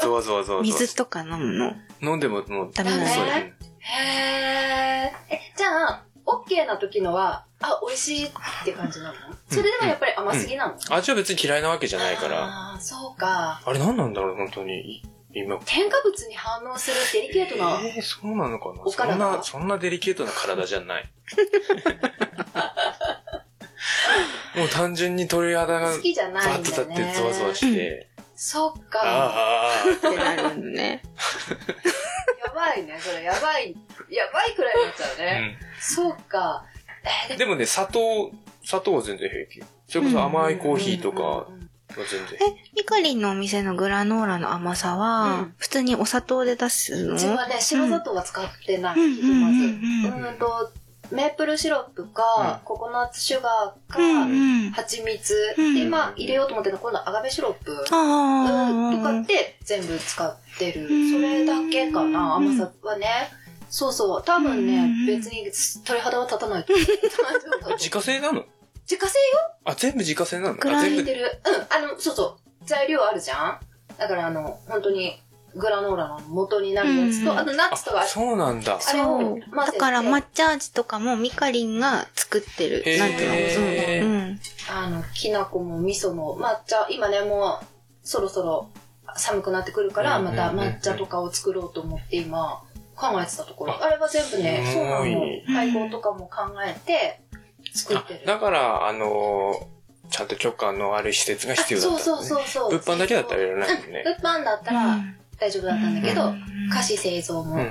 [SPEAKER 3] ゾワゾワゾワゾワ。
[SPEAKER 2] 水とか飲むの
[SPEAKER 3] 飲んでももう、
[SPEAKER 2] ダメな
[SPEAKER 4] ダ
[SPEAKER 3] そう
[SPEAKER 2] の
[SPEAKER 4] メへー。え、じゃあ、OK な時のは、あ、美味しいって感じなのそれでもやっぱり甘すぎなの、
[SPEAKER 3] 味は別に嫌いなわけじゃないから。
[SPEAKER 4] あーそうか。
[SPEAKER 3] あれ何なんだろう、本当に。い今。
[SPEAKER 4] 添加物に反応するデリケートな、
[SPEAKER 3] えー、そうなのかなそ
[SPEAKER 4] お
[SPEAKER 3] ん
[SPEAKER 4] 体
[SPEAKER 3] な、
[SPEAKER 4] が
[SPEAKER 3] そんなデリケートな体じゃない。
[SPEAKER 4] [laughs]
[SPEAKER 3] もう単純に鳥肌が
[SPEAKER 4] 好きじゃない
[SPEAKER 3] バ
[SPEAKER 4] ん
[SPEAKER 3] ッ
[SPEAKER 4] だ
[SPEAKER 3] と立
[SPEAKER 4] よ
[SPEAKER 3] っ
[SPEAKER 4] ね。
[SPEAKER 3] てゾワゾワして、
[SPEAKER 4] そっ
[SPEAKER 3] あ
[SPEAKER 4] か。
[SPEAKER 3] ああ
[SPEAKER 2] ってなるのね。
[SPEAKER 4] やばいね、それやばい、やばいくらいになっちゃう
[SPEAKER 3] ああ、
[SPEAKER 4] ね。そうか。
[SPEAKER 3] うんでもね、砂糖、砂糖は全然平気。それこそ甘いコーヒーとかは
[SPEAKER 4] うんうんうん
[SPEAKER 3] 全然。
[SPEAKER 2] え、ミカリンのお店のグラノーラの甘さ
[SPEAKER 4] う
[SPEAKER 2] は
[SPEAKER 4] ん、
[SPEAKER 2] 普通にお砂糖で出すの
[SPEAKER 4] うちはね、白砂糖は使ってない、
[SPEAKER 2] うんうん
[SPEAKER 4] まず。
[SPEAKER 2] うんうん
[SPEAKER 3] うん
[SPEAKER 4] うんと、メープルシロップか、
[SPEAKER 3] う
[SPEAKER 4] ココナッツシュガーか、
[SPEAKER 2] うんうん。
[SPEAKER 4] 蜂蜜、
[SPEAKER 2] うん
[SPEAKER 4] で、まあ、入れようと思ってた今度アガベシロップ、うん、とか
[SPEAKER 2] あ
[SPEAKER 4] っ
[SPEAKER 2] あ。
[SPEAKER 4] て全部使ってる。
[SPEAKER 2] ん
[SPEAKER 4] それだけかな、
[SPEAKER 2] うん
[SPEAKER 4] 甘さはね。そうそう。多分ね、
[SPEAKER 2] うん
[SPEAKER 4] 別に鳥肌は立たないと思う。大丈
[SPEAKER 2] [laughs]
[SPEAKER 4] 夫
[SPEAKER 3] 自家製なの
[SPEAKER 4] 自家製
[SPEAKER 3] あ、全部自家製なの
[SPEAKER 2] グ
[SPEAKER 3] あ
[SPEAKER 2] ラ
[SPEAKER 3] 全
[SPEAKER 4] 入
[SPEAKER 3] 部
[SPEAKER 4] れてる。うん、あの、そうそう。材料あるじゃんだからあの、本当にグラノーラの元になるやつと、
[SPEAKER 2] うん
[SPEAKER 4] あとナッツとか
[SPEAKER 3] あ、そうなんだ。
[SPEAKER 4] あれを
[SPEAKER 2] そう
[SPEAKER 4] 混ぜ。て
[SPEAKER 2] だから抹茶味とかもミカリンが作ってる。
[SPEAKER 3] へー
[SPEAKER 2] なんていうのうん。
[SPEAKER 4] あの、きな粉も味噌も抹茶、今ね、もうそろそろ寒くなってくるから、
[SPEAKER 3] うんうん
[SPEAKER 4] ま
[SPEAKER 3] うん
[SPEAKER 4] た抹茶とかを作ろうと思って今、考えてたところ。あれは全部ね、
[SPEAKER 3] す
[SPEAKER 4] そうな
[SPEAKER 3] ごい
[SPEAKER 4] の
[SPEAKER 3] ね。
[SPEAKER 4] 配合とかも考えて作って
[SPEAKER 3] あ
[SPEAKER 4] る。
[SPEAKER 3] だから、あのーちゃんと許可のある施設が必要だった
[SPEAKER 4] そ
[SPEAKER 3] ん
[SPEAKER 4] う
[SPEAKER 3] だ、ね。
[SPEAKER 4] そうそうそう。
[SPEAKER 3] 物販だけだったらいらないもんね。
[SPEAKER 4] 物販だったら大丈夫だったんだけど、菓子製造
[SPEAKER 3] うんう
[SPEAKER 4] も
[SPEAKER 3] ん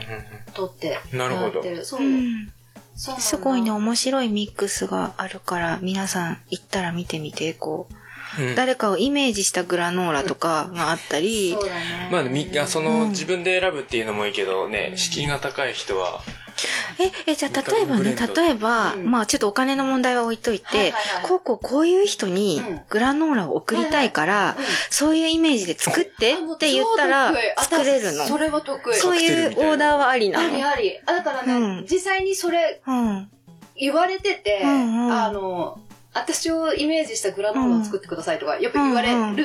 [SPEAKER 4] 取って
[SPEAKER 3] なるほど
[SPEAKER 4] やってる。そうう。
[SPEAKER 2] ん。
[SPEAKER 4] そうなんだ
[SPEAKER 2] すごいね、面白いミックスがあるから、皆さん行ったら見てみて、こう、
[SPEAKER 3] うん
[SPEAKER 2] 誰かをイメージしたグラノーラとかがあったり
[SPEAKER 4] そ、うだね。
[SPEAKER 3] まあ、みあその、
[SPEAKER 2] うん
[SPEAKER 3] 自分で選ぶっていうのもいいけどね、敷居が高い人は、
[SPEAKER 2] え、え、じゃあ例えば
[SPEAKER 3] ブレ
[SPEAKER 2] ね、
[SPEAKER 3] ンド
[SPEAKER 2] 例えば、
[SPEAKER 4] うん
[SPEAKER 2] まあちょっとお金の問題は置いといて、
[SPEAKER 4] はいはいはい
[SPEAKER 2] こうこうこういう人に
[SPEAKER 4] うん
[SPEAKER 2] グラノーラを送りたいから、
[SPEAKER 4] うん
[SPEAKER 2] そういうイメージで作って
[SPEAKER 4] あもう
[SPEAKER 2] って言ったら
[SPEAKER 4] 超得意あ
[SPEAKER 2] 作れるの。
[SPEAKER 4] それは得意。
[SPEAKER 2] そういうオーダーはありな
[SPEAKER 4] あ
[SPEAKER 2] の。
[SPEAKER 4] りあり。あだからね、
[SPEAKER 2] うん
[SPEAKER 4] 実際にそれ
[SPEAKER 2] うん。
[SPEAKER 4] 言われてて、
[SPEAKER 2] うんうん
[SPEAKER 4] あの、私をイメージしたグラノーラを作ってくださいとか、よく言われるのね。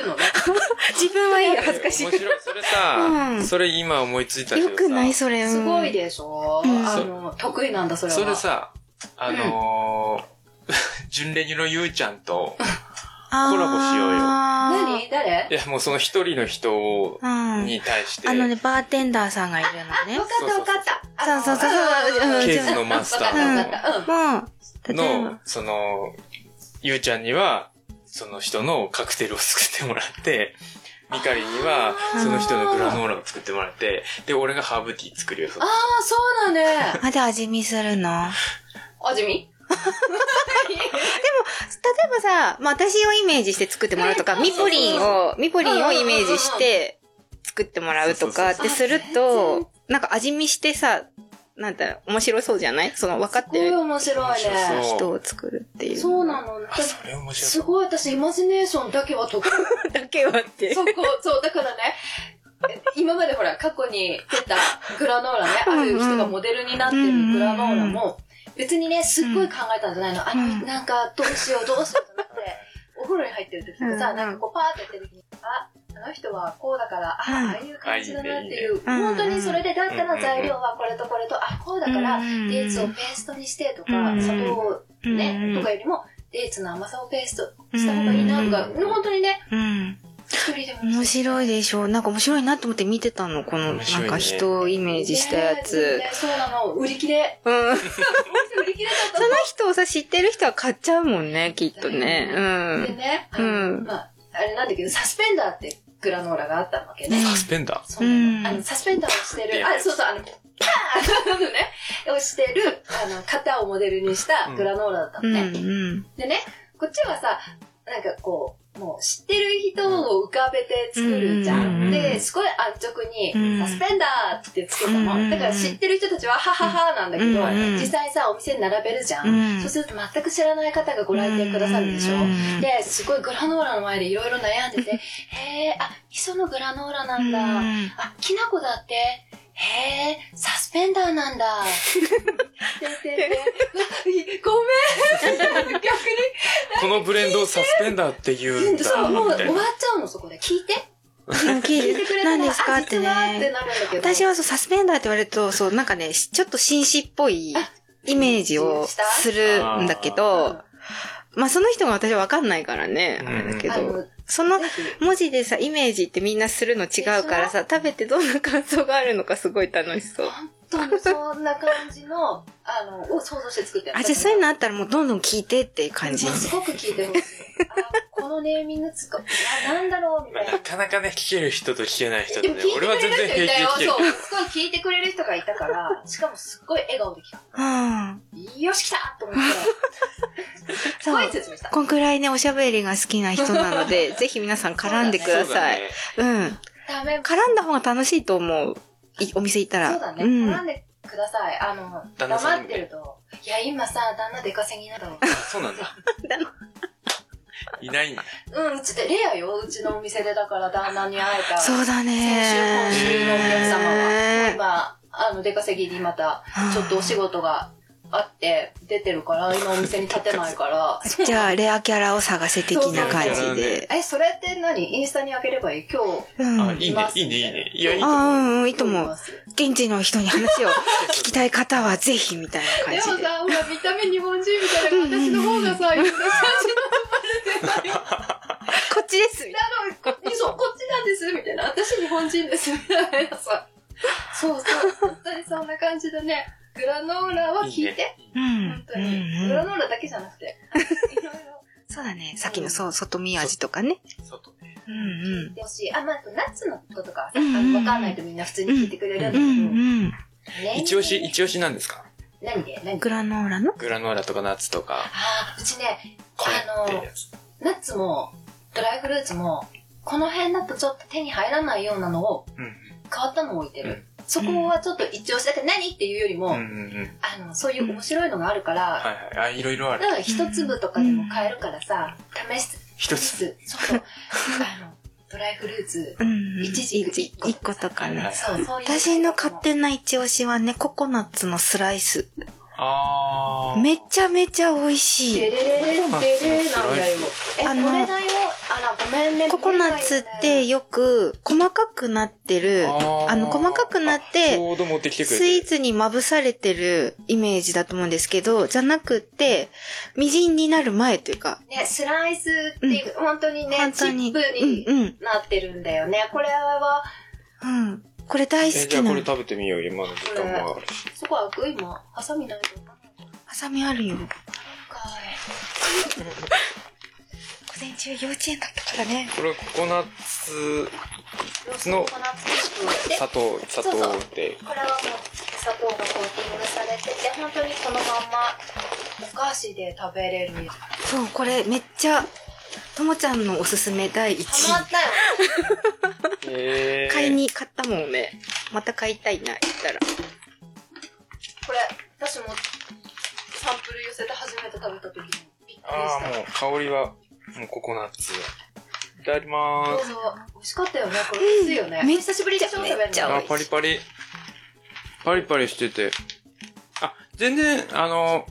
[SPEAKER 2] 自分はいいよ、
[SPEAKER 4] え
[SPEAKER 2] 恥ずかしい。
[SPEAKER 3] 面白い。それさ、
[SPEAKER 2] うん
[SPEAKER 3] それ今思いついたけど
[SPEAKER 2] よ
[SPEAKER 3] さ。
[SPEAKER 2] くないそれ。うん
[SPEAKER 4] すごいでしょ、
[SPEAKER 2] うん
[SPEAKER 4] あの、得意なんだ、それは。
[SPEAKER 3] それさ、あのー [laughs] 純レギュのゆうちゃんと、
[SPEAKER 2] あー
[SPEAKER 3] コラボしようよ
[SPEAKER 4] 何誰
[SPEAKER 3] いや、もうその一人の人を、
[SPEAKER 2] うん。
[SPEAKER 3] に対して、
[SPEAKER 2] あのね、バーテンダーさんがいるのね
[SPEAKER 4] わ。かったわかった。
[SPEAKER 2] そうそうそうそううん
[SPEAKER 4] ん
[SPEAKER 3] ケーズのマスタ
[SPEAKER 2] うん
[SPEAKER 4] わ
[SPEAKER 3] ー
[SPEAKER 4] かったわかった。うん。
[SPEAKER 2] もう、例え
[SPEAKER 3] の
[SPEAKER 2] ば、、
[SPEAKER 3] その、ゆうちゃんには、その人のカクテルを作ってもらって、ミカリには
[SPEAKER 4] あ、
[SPEAKER 2] ー
[SPEAKER 3] その人のグラノーラを作ってもらって、で、俺がハーブティー作るよ、そ
[SPEAKER 4] ああ、そうだね。
[SPEAKER 2] あ、で味見するの。
[SPEAKER 4] 味見
[SPEAKER 2] 例えばさ、まあ、私をイメージして作ってもらうとか、
[SPEAKER 4] うん
[SPEAKER 2] ミポリンを、ミポリンをイメージして作ってもらうとかっ
[SPEAKER 3] そ
[SPEAKER 2] てする
[SPEAKER 4] そうそう
[SPEAKER 2] と、なんか味見してさ、なんだ面白そうじゃないその分かっ
[SPEAKER 4] すごい
[SPEAKER 2] てる
[SPEAKER 4] 面白い
[SPEAKER 3] 面白
[SPEAKER 4] ね。
[SPEAKER 3] そ
[SPEAKER 2] 人を作るっていう。
[SPEAKER 4] そうなの。だ
[SPEAKER 3] あ、それ面白い。
[SPEAKER 4] すごい私、イマジネーションだけは得意。
[SPEAKER 2] だけはって。 [laughs]
[SPEAKER 4] そこ、そう、だからね、え今までほら、過去に出たグラノーラね、
[SPEAKER 2] うんうん
[SPEAKER 4] ある人がモデルになってるグラノーラも、別にね、すっごい考えたんじゃないの。あ
[SPEAKER 2] うん
[SPEAKER 4] の、なんか、どうしよう、どうしようじゃなくて、お風呂に入ってる時とか
[SPEAKER 2] う
[SPEAKER 4] さ、
[SPEAKER 2] ん
[SPEAKER 4] なんかこう、パーってやってる時に、あ、あの人はこうだから、あ、
[SPEAKER 2] うん
[SPEAKER 4] ああいう感じだなってい
[SPEAKER 3] あ
[SPEAKER 4] う、
[SPEAKER 2] ね
[SPEAKER 4] 本当にそれで、だった
[SPEAKER 3] うんう
[SPEAKER 4] ら
[SPEAKER 3] ん
[SPEAKER 4] 材料はこれとこれと、あ、こうだから、デーツをペーストにしてとか、
[SPEAKER 2] うん
[SPEAKER 4] 砂糖をね、
[SPEAKER 2] うん
[SPEAKER 4] とかよりも、デーツの甘さをペーストした方がいいなとか、
[SPEAKER 3] うん
[SPEAKER 4] 本当にね、
[SPEAKER 2] うん。
[SPEAKER 4] 一人でも
[SPEAKER 2] 面白いでしょ。なんか面白いなと思って見てたの。この、
[SPEAKER 3] 面
[SPEAKER 2] な
[SPEAKER 3] 白い
[SPEAKER 2] ん
[SPEAKER 3] ね
[SPEAKER 2] か人をイメージしたやつ
[SPEAKER 4] ね。えそうなの、売り切れ。
[SPEAKER 2] [laughs] うん。
[SPEAKER 4] 売り切れ
[SPEAKER 2] そ
[SPEAKER 4] だ
[SPEAKER 2] の
[SPEAKER 4] っ
[SPEAKER 2] 人をさ、知ってる人は買っちゃうもんね、きっとね。う
[SPEAKER 4] た。で
[SPEAKER 2] ん。
[SPEAKER 4] ね、あ
[SPEAKER 2] う
[SPEAKER 4] の
[SPEAKER 2] ん
[SPEAKER 4] まあ、あれなんだけど、サスペンダーってグラノーラがあったわけね
[SPEAKER 2] う。ん
[SPEAKER 3] サスペンダ
[SPEAKER 4] そうな
[SPEAKER 2] うん
[SPEAKER 4] のあの、サスペンダーをしてる、
[SPEAKER 3] パン
[SPEAKER 4] あ、そうそう、あの、パーンあのね、をしてる、あの、型をモデルにしたグラノーラだった
[SPEAKER 2] う
[SPEAKER 4] の
[SPEAKER 2] ん。
[SPEAKER 4] ね。
[SPEAKER 2] うん。
[SPEAKER 4] でね、こっちはさ、なんかこう、もう知ってる人を浮かべて作るじゃ
[SPEAKER 3] うんうんう
[SPEAKER 4] ん。
[SPEAKER 3] ん
[SPEAKER 4] で、すごい安直に、
[SPEAKER 2] う
[SPEAKER 4] サ
[SPEAKER 2] ん
[SPEAKER 4] スペンダーってつけたの。
[SPEAKER 2] うんうんうん
[SPEAKER 4] だから知ってる人たちは、はははなんだけど、
[SPEAKER 2] うんうん
[SPEAKER 4] 実際さ、お店に並べるじゃん。
[SPEAKER 2] うん
[SPEAKER 4] そうすると全く知らない方がご来店くださるでしょ。
[SPEAKER 2] うん
[SPEAKER 4] で、すごいグラノーラの前でいろいろ悩んでて、へえ、あ、味噌のグラノーラなんだ。
[SPEAKER 2] うん
[SPEAKER 4] あ、きなこだって。へえ、サスペンダーなんだ。てんてんてんごめん。逆に。
[SPEAKER 3] ー。このブレンドをサスペンダーって言うんだ、
[SPEAKER 4] そう、もう
[SPEAKER 3] みた
[SPEAKER 4] 終
[SPEAKER 3] い
[SPEAKER 4] わっ
[SPEAKER 3] な。
[SPEAKER 4] ちゃうの、そこで。聞いて。
[SPEAKER 2] 聞い
[SPEAKER 4] 聞い
[SPEAKER 2] て
[SPEAKER 4] てくれたら、
[SPEAKER 2] 何ですか
[SPEAKER 4] あ
[SPEAKER 2] って
[SPEAKER 4] 実はって
[SPEAKER 2] ね。
[SPEAKER 4] なるんだけど。
[SPEAKER 2] 私はそう、サスペンダーって言われると、そう、なんかね、しちょっと紳士っぽいイメージをするんだけど、まあその人が私はわかんないからね、
[SPEAKER 3] うん
[SPEAKER 2] あれだけ
[SPEAKER 4] うん、あの
[SPEAKER 2] ど、、その
[SPEAKER 4] ぜひ
[SPEAKER 2] 文字でさ、イメージってみんなするの違うからさ、食べてどんな感想があるのかすごい楽しそう。
[SPEAKER 4] 本当にそんな感じの、 [laughs] あの、を想像して作ってる
[SPEAKER 2] あ、じゃあそういうのあったらもうどんどん聞いてっていう感じ
[SPEAKER 4] もう。すごく聞いてほしい。あこのネーミングつか、あなんだろうみ
[SPEAKER 3] まあ
[SPEAKER 4] たいな
[SPEAKER 3] な。かなかね、聞ける人と聞けない人
[SPEAKER 4] で
[SPEAKER 3] と
[SPEAKER 4] も
[SPEAKER 3] ね
[SPEAKER 4] 聞い、て
[SPEAKER 3] 俺
[SPEAKER 4] く
[SPEAKER 3] は
[SPEAKER 4] れ
[SPEAKER 3] 全然
[SPEAKER 4] る人
[SPEAKER 3] 平
[SPEAKER 4] い
[SPEAKER 3] 気で
[SPEAKER 4] たよ。
[SPEAKER 3] 聞ける
[SPEAKER 4] そう。すごい聞いてくれる人がいたから、しかもすっごい笑顔で来た。
[SPEAKER 2] うん。
[SPEAKER 4] よし来たと思って。すごい説明した。
[SPEAKER 2] こんくらいね、おしゃべりが好きな人なの [laughs] で、ぜひ皆さん絡んでくだ
[SPEAKER 3] そうだ
[SPEAKER 2] さい。
[SPEAKER 3] ね。
[SPEAKER 2] うん。
[SPEAKER 4] ダメ。
[SPEAKER 2] 絡んだ方が楽しいと思う。いお店行ったら。
[SPEAKER 4] そうだね。
[SPEAKER 2] ん。
[SPEAKER 4] 絡んでください。あの、
[SPEAKER 3] 旦那さん
[SPEAKER 4] 黙
[SPEAKER 3] に
[SPEAKER 4] っ
[SPEAKER 3] ね
[SPEAKER 4] てると。いや、今さ、旦那出稼ぎなの。
[SPEAKER 3] そうなん
[SPEAKER 4] [laughs]
[SPEAKER 3] だ。
[SPEAKER 2] だの
[SPEAKER 3] いないんだ。
[SPEAKER 4] うん、うちでレアよ。うちのお店でだから旦那に会えた。
[SPEAKER 2] そうだね
[SPEAKER 4] 先週、今週のお客様は。
[SPEAKER 2] ね
[SPEAKER 4] 今、あの、出稼ぎにまた、ちょっとお仕事があって、出てるから、今お店に立てないから。
[SPEAKER 2] じゃあ、レアキャラを探せ的な感
[SPEAKER 3] そうそう
[SPEAKER 2] じで。
[SPEAKER 4] え、それって何インスタにあげればいい今日。
[SPEAKER 2] うん。
[SPEAKER 3] あ、
[SPEAKER 2] あ
[SPEAKER 3] いいね、いいね、いいね。いや、いいと
[SPEAKER 2] あ、う
[SPEAKER 3] 思う。
[SPEAKER 2] んうん、いいと思う。現地の人に話 [laughs] を聞きたい方はぜひ、みたいな
[SPEAKER 4] でも
[SPEAKER 2] 感じで。
[SPEAKER 4] さ、ほら、見た目日本人みたいな私の方がさ、いろんな写真
[SPEAKER 2] こっちです、みたい
[SPEAKER 4] な [laughs] の、そう、こっちなんです、みたいな。私日本人です、みたいなさ。そうそう、本当にそんな感じだね。グラノーラは聞いて、
[SPEAKER 2] な。うん
[SPEAKER 4] 本当。
[SPEAKER 2] う
[SPEAKER 4] に。
[SPEAKER 2] ん
[SPEAKER 4] グラ
[SPEAKER 2] うん
[SPEAKER 4] ノーラだけじゃなくて、 [laughs] いろい
[SPEAKER 2] そうだね。さっきの、そう、外見味とかね。
[SPEAKER 3] 外ね
[SPEAKER 2] う
[SPEAKER 4] ろ聞い
[SPEAKER 2] ん
[SPEAKER 4] てほしい。あ、まあ、ナッツのこととかはさ、
[SPEAKER 2] うんうんうん
[SPEAKER 4] わかんないとみんな普通に聞いてくれるんだ
[SPEAKER 2] うん。うん
[SPEAKER 4] けど。
[SPEAKER 2] うん。
[SPEAKER 4] ね
[SPEAKER 3] 一押し、一押しなんですか
[SPEAKER 4] 何で何
[SPEAKER 2] グラノーラの
[SPEAKER 5] グラノーラとかナッツとか、
[SPEAKER 4] あーうちね、
[SPEAKER 5] これっていうやつ。
[SPEAKER 4] ナッツも、ドライフルーツも、この辺だとちょっと手に入らないようなのを、
[SPEAKER 5] うん
[SPEAKER 4] 変わったのを置いてる。そこはちょっと一押しだって何っていうよりも、
[SPEAKER 5] うんうんうん。
[SPEAKER 4] あの、そういう面白いのがあるから、
[SPEAKER 5] はいはい。あ、いろいろあ
[SPEAKER 4] だ
[SPEAKER 5] る。
[SPEAKER 4] から一粒とかでも買えるからさ、試し
[SPEAKER 5] 一
[SPEAKER 4] つ
[SPEAKER 5] つ。
[SPEAKER 4] つ、ちょっと、あの、ドライフルーツ、
[SPEAKER 2] うん。
[SPEAKER 4] いちじく
[SPEAKER 2] い一個とか
[SPEAKER 5] はいは
[SPEAKER 2] ね
[SPEAKER 5] い。
[SPEAKER 4] そう、そういう。
[SPEAKER 2] 私の勝手な一押しはね、ココナッツのスライス。
[SPEAKER 5] あー。
[SPEAKER 2] めちゃめちゃ美味
[SPEAKER 4] デ
[SPEAKER 2] し
[SPEAKER 4] レ
[SPEAKER 2] い。
[SPEAKER 4] レレンデレなんだよ。え、
[SPEAKER 2] あ
[SPEAKER 4] こ
[SPEAKER 2] の
[SPEAKER 4] れだよ。あら、ごめんね。
[SPEAKER 2] ココナッツってよく細かくなってる、
[SPEAKER 5] ー
[SPEAKER 2] あの細かくな
[SPEAKER 5] あ
[SPEAKER 2] っ
[SPEAKER 5] ち
[SPEAKER 2] て、
[SPEAKER 5] ょうど持ってきてくれて
[SPEAKER 2] ス
[SPEAKER 5] る。
[SPEAKER 2] イーツにまぶされてるイメージだと思うんですけど、じゃなくて、みじんになる前というか、
[SPEAKER 4] ね、スライスっていう、本当にね、
[SPEAKER 2] 本
[SPEAKER 4] チ
[SPEAKER 2] 当に。
[SPEAKER 4] ップに
[SPEAKER 2] うん、うん、
[SPEAKER 4] なってるんだよね。これは、
[SPEAKER 2] うん。これ
[SPEAKER 5] え
[SPEAKER 2] 大好
[SPEAKER 5] じゃ
[SPEAKER 2] き
[SPEAKER 5] あ
[SPEAKER 2] な
[SPEAKER 5] これ
[SPEAKER 2] の。
[SPEAKER 5] 食べてみようよ、今の時間もある。
[SPEAKER 4] そこは悪いもん。ハサミないと思わない
[SPEAKER 2] ハサミあるよ。
[SPEAKER 4] か
[SPEAKER 2] 午前中幼稚園だったからね。
[SPEAKER 5] これココナッツ、
[SPEAKER 4] い。ロースココナッツミルクで、
[SPEAKER 5] 砂糖、砂糖
[SPEAKER 4] そう
[SPEAKER 5] で。
[SPEAKER 4] これはもう砂糖がコーティングされてて、本当にこのまんまお菓子で食べれる。ハ
[SPEAKER 2] そう、これめっちゃ、ともちゃんのおすすめ第1
[SPEAKER 4] マ
[SPEAKER 2] 位。
[SPEAKER 4] ったよ。
[SPEAKER 5] えー
[SPEAKER 2] 買い。に買ったもんね。また買いたいな、言ったら。
[SPEAKER 4] これ、私もサンプル寄せて初めて食べた時にびっくりし
[SPEAKER 5] あ
[SPEAKER 4] た。
[SPEAKER 5] ー、もう香りは、もうココナッツ。いただきま
[SPEAKER 4] ど
[SPEAKER 5] ー
[SPEAKER 4] う
[SPEAKER 5] す。
[SPEAKER 4] ぞ。美味しかったよね。これ薄いよね。
[SPEAKER 2] うんめっちゃ
[SPEAKER 4] 久しぶりでしょ食べ
[SPEAKER 2] め
[SPEAKER 4] る
[SPEAKER 2] っ
[SPEAKER 4] の
[SPEAKER 2] ちゃ美味しい
[SPEAKER 5] あ、パリパリ。パリパリしてて。あ、全然、あの、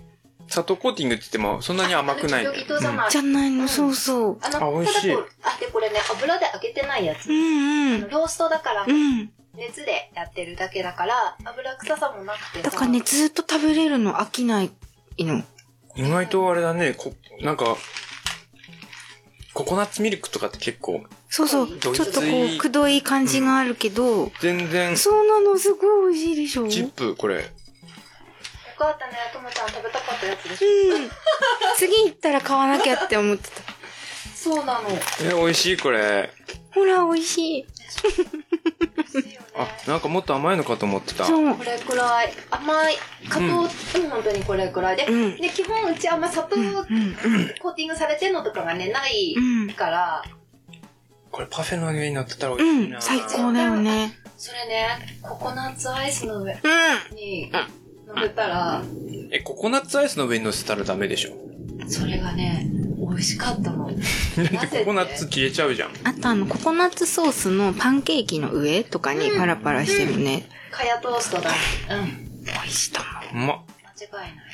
[SPEAKER 5] 砂糖コーティングって言っても、そんなに甘くないね。
[SPEAKER 4] あのギトギトじゃない
[SPEAKER 2] じゃないの、
[SPEAKER 4] うん
[SPEAKER 2] そうそう。
[SPEAKER 4] あの、
[SPEAKER 5] あ美味しい
[SPEAKER 4] ただこうあ、で、これね、油で揚げてないやつ
[SPEAKER 2] う。んうん。
[SPEAKER 4] ローストだから
[SPEAKER 2] う、ん。
[SPEAKER 4] 熱でやってるだけだから、油臭さもなくてさ。
[SPEAKER 2] だからね、ずっと食べれるの飽きないの。
[SPEAKER 5] 意外とあれだね、こ、なんか、ココナッツミルクとかって結構、
[SPEAKER 2] そうそう。
[SPEAKER 4] うん
[SPEAKER 2] ちょっとこ、
[SPEAKER 5] どいついう
[SPEAKER 2] くどい感じがあるけど、
[SPEAKER 5] 全然、チ
[SPEAKER 2] そうなの、すごい美味しいでしょ
[SPEAKER 5] ップ、これ。
[SPEAKER 4] よかったね、ともちゃん食べたかったやつでしょ。
[SPEAKER 2] うん。次行ったら買わなきゃって思ってた。
[SPEAKER 4] そうなの。美
[SPEAKER 5] え、美味しい、これ。
[SPEAKER 2] ほら、美味しい。
[SPEAKER 4] 味しいよね。
[SPEAKER 5] あ、なんかもっと甘いのかと思ってた。
[SPEAKER 2] そう
[SPEAKER 4] こ。れくらい。甘い。加糖、うん、本当にこれくらいで。
[SPEAKER 2] うん。
[SPEAKER 4] で、基本うちあんま砂糖
[SPEAKER 2] うん。うん。
[SPEAKER 4] コーティングされてんのとかがね、ない
[SPEAKER 2] うん。
[SPEAKER 4] から、
[SPEAKER 5] これパフェの上に乗ってたら美味しい
[SPEAKER 2] うん
[SPEAKER 5] な。。
[SPEAKER 2] 最高だよね。
[SPEAKER 4] それね、ココナッツアイスの上
[SPEAKER 2] う
[SPEAKER 4] に乗べたら、
[SPEAKER 5] え、ココナッツアイスの上に乗せたらダメでしょ。
[SPEAKER 4] それがね、美味しかった
[SPEAKER 2] [laughs]
[SPEAKER 4] の。
[SPEAKER 5] だってココナッツ消えちゃうじゃん。
[SPEAKER 2] ん。あとあの、ココナッツソースのパンケーキの上とかにパラパラしてるね。
[SPEAKER 4] カヤトーストだ。うん。
[SPEAKER 2] 美味しいと思う。
[SPEAKER 5] うまっ。
[SPEAKER 4] 間違いない。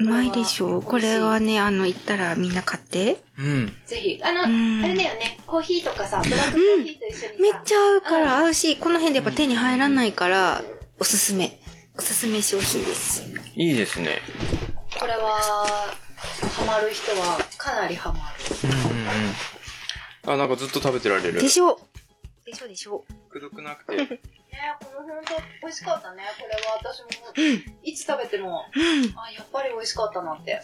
[SPEAKER 2] うまいでしょこれはね、あの、行ったらみんな買って。
[SPEAKER 5] うん。
[SPEAKER 4] ぜひ。あの、
[SPEAKER 2] うん
[SPEAKER 4] あれだよね、コーヒーとかさ、ブラックコーヒーと一緒にさ、
[SPEAKER 2] めっちゃ合うから合うし、この辺でやっぱ手に入らないから、おすすめ。おすすめ商品です。
[SPEAKER 5] いいですね。
[SPEAKER 4] これは、ハマる人はかなりハマる。
[SPEAKER 5] うんうんうん。あ、なんかずっと食べてられる
[SPEAKER 2] で。しょでしょでしょ
[SPEAKER 5] くどくなくて。
[SPEAKER 4] ねこの本当美味しかったね。これは私も、いつ食べても、
[SPEAKER 2] うん。
[SPEAKER 4] あ、やっぱり美味しかったなって。
[SPEAKER 5] へ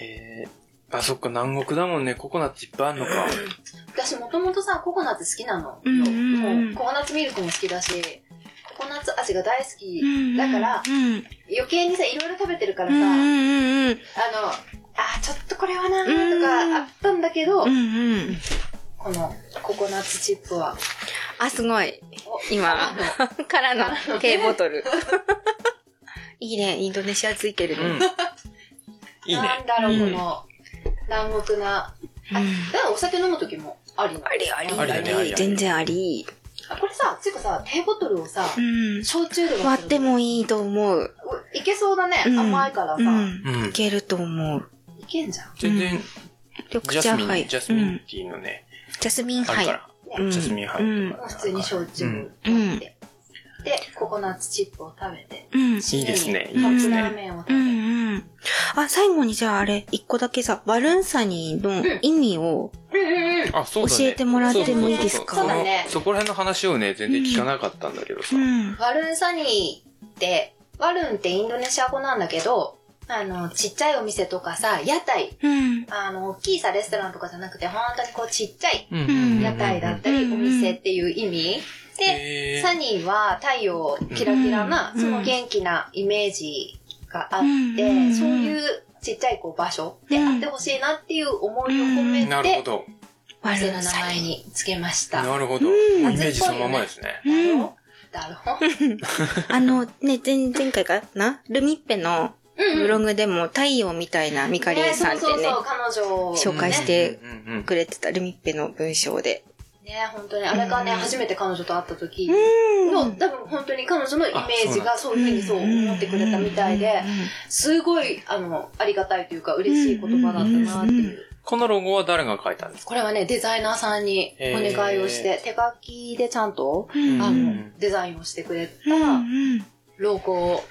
[SPEAKER 5] え。あ、そっか、南国だもんね。ココナッツいっぱいあんのか。
[SPEAKER 4] 私もともとさ、ココナッツ好きなの。
[SPEAKER 2] うんうんうん
[SPEAKER 4] もうココナッツミルクも好きだし、ココナッツ味が大好き
[SPEAKER 2] うん。
[SPEAKER 4] だから、
[SPEAKER 2] うん。うん
[SPEAKER 4] 余計にさ、いろいろ食べてるから
[SPEAKER 2] う
[SPEAKER 4] さ、
[SPEAKER 2] ん
[SPEAKER 4] あの、
[SPEAKER 2] うんうん。
[SPEAKER 4] あ、ちょっとこれはな
[SPEAKER 2] うん
[SPEAKER 4] ーとかあったんだけど、
[SPEAKER 2] うんうん。
[SPEAKER 4] このココナッツチップは、
[SPEAKER 2] あ、すごい。
[SPEAKER 4] お
[SPEAKER 2] 今、からの軽ボトル。 [laughs] いいね、インドネシアついてる [laughs]
[SPEAKER 5] う
[SPEAKER 2] ね
[SPEAKER 5] ん。いい
[SPEAKER 4] なん
[SPEAKER 5] ね。
[SPEAKER 4] だろう、こ
[SPEAKER 5] うん
[SPEAKER 4] の、南国な。
[SPEAKER 2] う
[SPEAKER 4] あ
[SPEAKER 2] ん、
[SPEAKER 4] でもお酒飲む時もありなの
[SPEAKER 2] ありあり
[SPEAKER 5] ありだねありだね
[SPEAKER 2] 全然あり。
[SPEAKER 4] あこれさ、つうかさ、ペーボトルをさ、
[SPEAKER 2] うん。
[SPEAKER 4] 焼酎で
[SPEAKER 2] 割って
[SPEAKER 4] る
[SPEAKER 2] もいいと思う。
[SPEAKER 4] おいけそうだね。
[SPEAKER 2] うん
[SPEAKER 4] 甘いからさ、
[SPEAKER 2] うん。
[SPEAKER 5] う
[SPEAKER 2] い
[SPEAKER 5] ん。
[SPEAKER 2] けると思う。
[SPEAKER 4] いけんじゃん。
[SPEAKER 5] 全然、ジ
[SPEAKER 2] 緑
[SPEAKER 5] ャス
[SPEAKER 2] 茶
[SPEAKER 5] ミ
[SPEAKER 2] 杯。
[SPEAKER 5] ン、ジャスミ
[SPEAKER 2] うん
[SPEAKER 5] ンティーのね、
[SPEAKER 2] ジャスミン
[SPEAKER 5] ある
[SPEAKER 2] 杯
[SPEAKER 5] か。ら。
[SPEAKER 2] うん
[SPEAKER 5] ジャスミン杯
[SPEAKER 2] うん
[SPEAKER 4] もう普通に焼酎を飲んで、で、ココナッツチップを食べて、
[SPEAKER 2] うん。
[SPEAKER 5] いいですね
[SPEAKER 4] 締めに
[SPEAKER 2] いいですね
[SPEAKER 4] カップラーメンを食
[SPEAKER 2] う
[SPEAKER 4] べて、
[SPEAKER 2] んうん。あ、最後にじゃああれ、一個だけさ、バルンサニーの意味を、
[SPEAKER 4] うんうんうん
[SPEAKER 5] あ、そうだね。
[SPEAKER 2] 教えてもらってもいいですか
[SPEAKER 5] そうそうそう
[SPEAKER 4] そうだね
[SPEAKER 5] そこら辺の話をね、全然聞かなかったんだけどさ。
[SPEAKER 2] うん。
[SPEAKER 4] ワルンサニーって、ワルンってインドネシア語なんだけど、あの、ちっちゃいお店とかさ、屋台、
[SPEAKER 2] うん。
[SPEAKER 4] あの、大きいさ、レストランとかじゃなくて、本当にこう、ちっちゃい
[SPEAKER 5] うん
[SPEAKER 2] うん
[SPEAKER 4] 屋台だったり、
[SPEAKER 2] うん
[SPEAKER 4] お店っていう意味。で、
[SPEAKER 5] へー
[SPEAKER 4] サニーは太陽キラキラな、
[SPEAKER 2] うん
[SPEAKER 4] その元気なイメージがあっ
[SPEAKER 2] うん
[SPEAKER 4] て、
[SPEAKER 2] うんうん
[SPEAKER 4] そういうちっちゃいこう場所であってほしいなっていう思いを込め
[SPEAKER 5] なるほ
[SPEAKER 4] て、
[SPEAKER 5] ど。
[SPEAKER 4] お店の名前につけました。な
[SPEAKER 5] なるほど。も
[SPEAKER 2] うん
[SPEAKER 5] うイメージそのままですね。
[SPEAKER 4] る
[SPEAKER 2] うん
[SPEAKER 4] ほど。なるほど。
[SPEAKER 2] あの、ね、前、前回かなルミッペの
[SPEAKER 4] うん
[SPEAKER 2] ブログでも太陽みたいなミカリンさんって
[SPEAKER 4] ねそう、そ
[SPEAKER 2] ね
[SPEAKER 4] うそう、彼女をね。
[SPEAKER 2] 紹介して
[SPEAKER 5] うんうんうん
[SPEAKER 2] くれてたルミッペの文章で。
[SPEAKER 4] ね、本当に。あれがね、
[SPEAKER 2] うん
[SPEAKER 4] 初めて彼女と会った時
[SPEAKER 2] うん
[SPEAKER 4] の、多分本当に彼女のイメージがそういうふうにそう思ってくれたみたいで、すごい、あの、ありがたいというか嬉しい言葉だったなって
[SPEAKER 2] うんうん
[SPEAKER 4] いうう。
[SPEAKER 5] このロゴは誰が書いたんですか
[SPEAKER 4] これはね、デザイナーさんにお願いをして、手書きでちゃんと、
[SPEAKER 2] う
[SPEAKER 4] あ
[SPEAKER 2] ん
[SPEAKER 5] う
[SPEAKER 4] の
[SPEAKER 5] ん、
[SPEAKER 4] デザインをしてくれ
[SPEAKER 2] うん
[SPEAKER 4] たロゴを、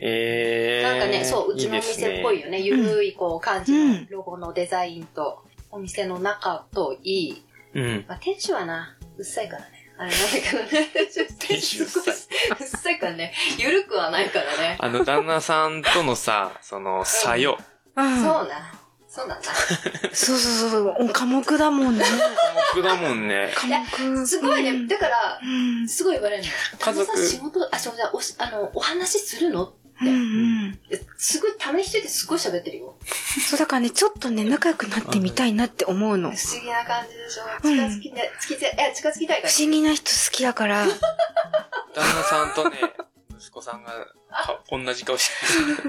[SPEAKER 5] えー。
[SPEAKER 4] なんかね、そう、うちのお店っぽいよね。ゆるいこう感じ
[SPEAKER 2] う
[SPEAKER 4] の
[SPEAKER 2] ん
[SPEAKER 4] ロゴのデザインと、お店の中といい。
[SPEAKER 5] いいですね。
[SPEAKER 4] まあ、店主はな、うっさいからね。あれなんだけどね。
[SPEAKER 5] 店主うっさい
[SPEAKER 4] い。うっさいからね。ゆるくはないからね。
[SPEAKER 5] うん。あの、旦那さんとの
[SPEAKER 4] [laughs]
[SPEAKER 5] さ、その、さよ。
[SPEAKER 2] うん
[SPEAKER 4] そうな。そうなんだ
[SPEAKER 2] そうそうそうそう。科目だもんね。
[SPEAKER 5] 僕だもんね。
[SPEAKER 2] 科
[SPEAKER 4] な。
[SPEAKER 2] 目。
[SPEAKER 4] すごいうね。
[SPEAKER 2] ん
[SPEAKER 4] だから、
[SPEAKER 2] うん
[SPEAKER 4] すごい言われるの。
[SPEAKER 5] 家族
[SPEAKER 4] 旦那さん仕事、あ、すみません。おし、あの、お話しするの
[SPEAKER 2] うんうん。
[SPEAKER 4] すごい、ためにしといてすごい喋ってるよ。
[SPEAKER 2] そうだからね、ちょっとね、仲良くなってみたいなって思うの。
[SPEAKER 4] 不
[SPEAKER 2] 不
[SPEAKER 4] 思議な感じでしょ。
[SPEAKER 2] うん
[SPEAKER 4] 近づきね、近づき、え、近づきたいから。
[SPEAKER 2] 思議な人好きだから。
[SPEAKER 5] 旦那さんとね、息子さんが、か同じ顔して
[SPEAKER 4] もうね、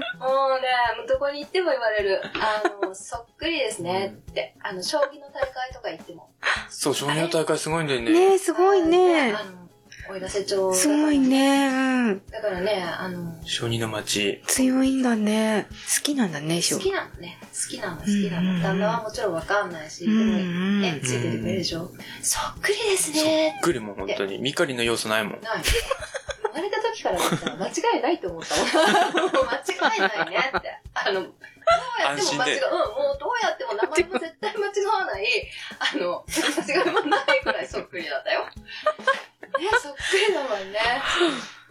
[SPEAKER 4] もうどこに行っても言われる。あの、 [laughs] そっくりですねって。あの、将棋の大会とか行っても。
[SPEAKER 5] る。そう、少年の大会すごいんだよね。
[SPEAKER 2] ねえ、すごいね
[SPEAKER 4] あ。の、おいら社長。
[SPEAKER 2] すごい。ね。うん。
[SPEAKER 4] だからね、あの、
[SPEAKER 5] 小児の町。
[SPEAKER 2] 強いんだね。好きなんだね、しょ
[SPEAKER 4] 好きなのね。好きなの、好きな
[SPEAKER 2] うんうんう
[SPEAKER 4] の。
[SPEAKER 2] ん
[SPEAKER 4] 旦那はもちろんわかんないし、
[SPEAKER 2] う
[SPEAKER 4] で
[SPEAKER 2] ん
[SPEAKER 4] も、
[SPEAKER 2] うん
[SPEAKER 4] ね、ついててくれるでしょ。そっくりですね。
[SPEAKER 5] グリも本当に。ミカリの要素ないもん。
[SPEAKER 4] ない。生まれた時からだったら間違いないと思ったもん。もう間違いないねって。あの、どうやっ
[SPEAKER 5] 安
[SPEAKER 4] ても間
[SPEAKER 5] 心
[SPEAKER 4] 違
[SPEAKER 5] で
[SPEAKER 4] う、うん、もうどうやっても名前も絶対間違わない、あの、間違いもないくらいそっくりだったよ。ね、そっくりだもんね。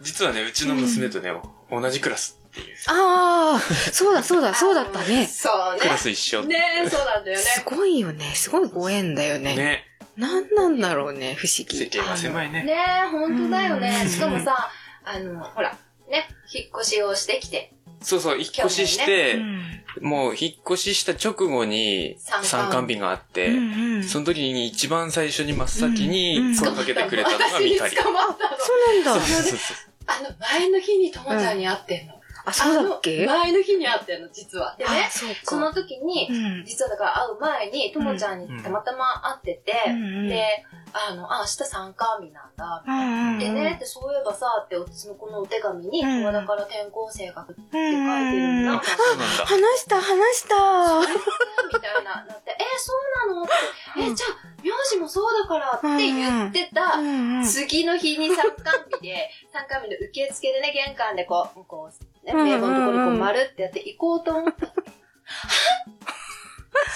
[SPEAKER 5] 実はね、うちの娘とね、同じクラス。
[SPEAKER 2] ああ、そうだそうだ、そうだった
[SPEAKER 4] [laughs]
[SPEAKER 2] ね。
[SPEAKER 4] そう
[SPEAKER 5] クラス一緒。
[SPEAKER 4] ね。ねそうなんだよね。
[SPEAKER 2] すごいよね。すごいご縁だよね。
[SPEAKER 5] ね。
[SPEAKER 2] なんなんだろうね、不思
[SPEAKER 5] 世
[SPEAKER 2] 議。
[SPEAKER 5] 間は狭いね。
[SPEAKER 4] ねえ、本当だよね
[SPEAKER 2] う。ん
[SPEAKER 4] しかもさ、あの、ほら、ね、引っ越しをしてきて、
[SPEAKER 5] そうそう、引っ越しして、
[SPEAKER 2] うん
[SPEAKER 5] もう引っ越しした直後に
[SPEAKER 4] 参観
[SPEAKER 5] 参観日があって、
[SPEAKER 2] うんうん
[SPEAKER 5] その時に一番最初に真っ先に声かけてくれたのが
[SPEAKER 4] 私
[SPEAKER 5] ミ
[SPEAKER 4] に
[SPEAKER 5] カリ。
[SPEAKER 4] [laughs] 捕まったの。
[SPEAKER 2] そうなん
[SPEAKER 5] そうそう
[SPEAKER 2] だ。
[SPEAKER 5] そうそう。
[SPEAKER 4] あの、前の日にともちゃんに会ってんの。
[SPEAKER 2] あ、そうだっけ
[SPEAKER 4] あの前の日に会ってんの、実は。でね、
[SPEAKER 2] あ、そう
[SPEAKER 4] そ
[SPEAKER 2] か。
[SPEAKER 4] の時に
[SPEAKER 2] う、ん
[SPEAKER 4] 実はだから会う前に、ともちゃん
[SPEAKER 5] うん
[SPEAKER 4] にたまたま会ってて、
[SPEAKER 2] うんうん
[SPEAKER 4] で、あの、あ、明日参観日なんだ。
[SPEAKER 2] うんうん
[SPEAKER 4] でね、ってそういえばさ、って、うちのこのお手紙に、
[SPEAKER 2] うん
[SPEAKER 4] 友だから転校生が来て
[SPEAKER 2] う
[SPEAKER 4] 書いてるん
[SPEAKER 2] ん
[SPEAKER 4] だ。
[SPEAKER 5] そうなんだ。
[SPEAKER 2] 話した、話した。
[SPEAKER 4] みたいな、なって、えそうなのって、えじゃあ、名字もそうだからって言ってた、
[SPEAKER 2] うんうん
[SPEAKER 4] 次の日に参観日で、 [laughs] 参観日の受付でね、玄関でこう、こう、ね、
[SPEAKER 2] うんうんうん
[SPEAKER 4] 名簿のところにこう丸ってやって行こうと思った。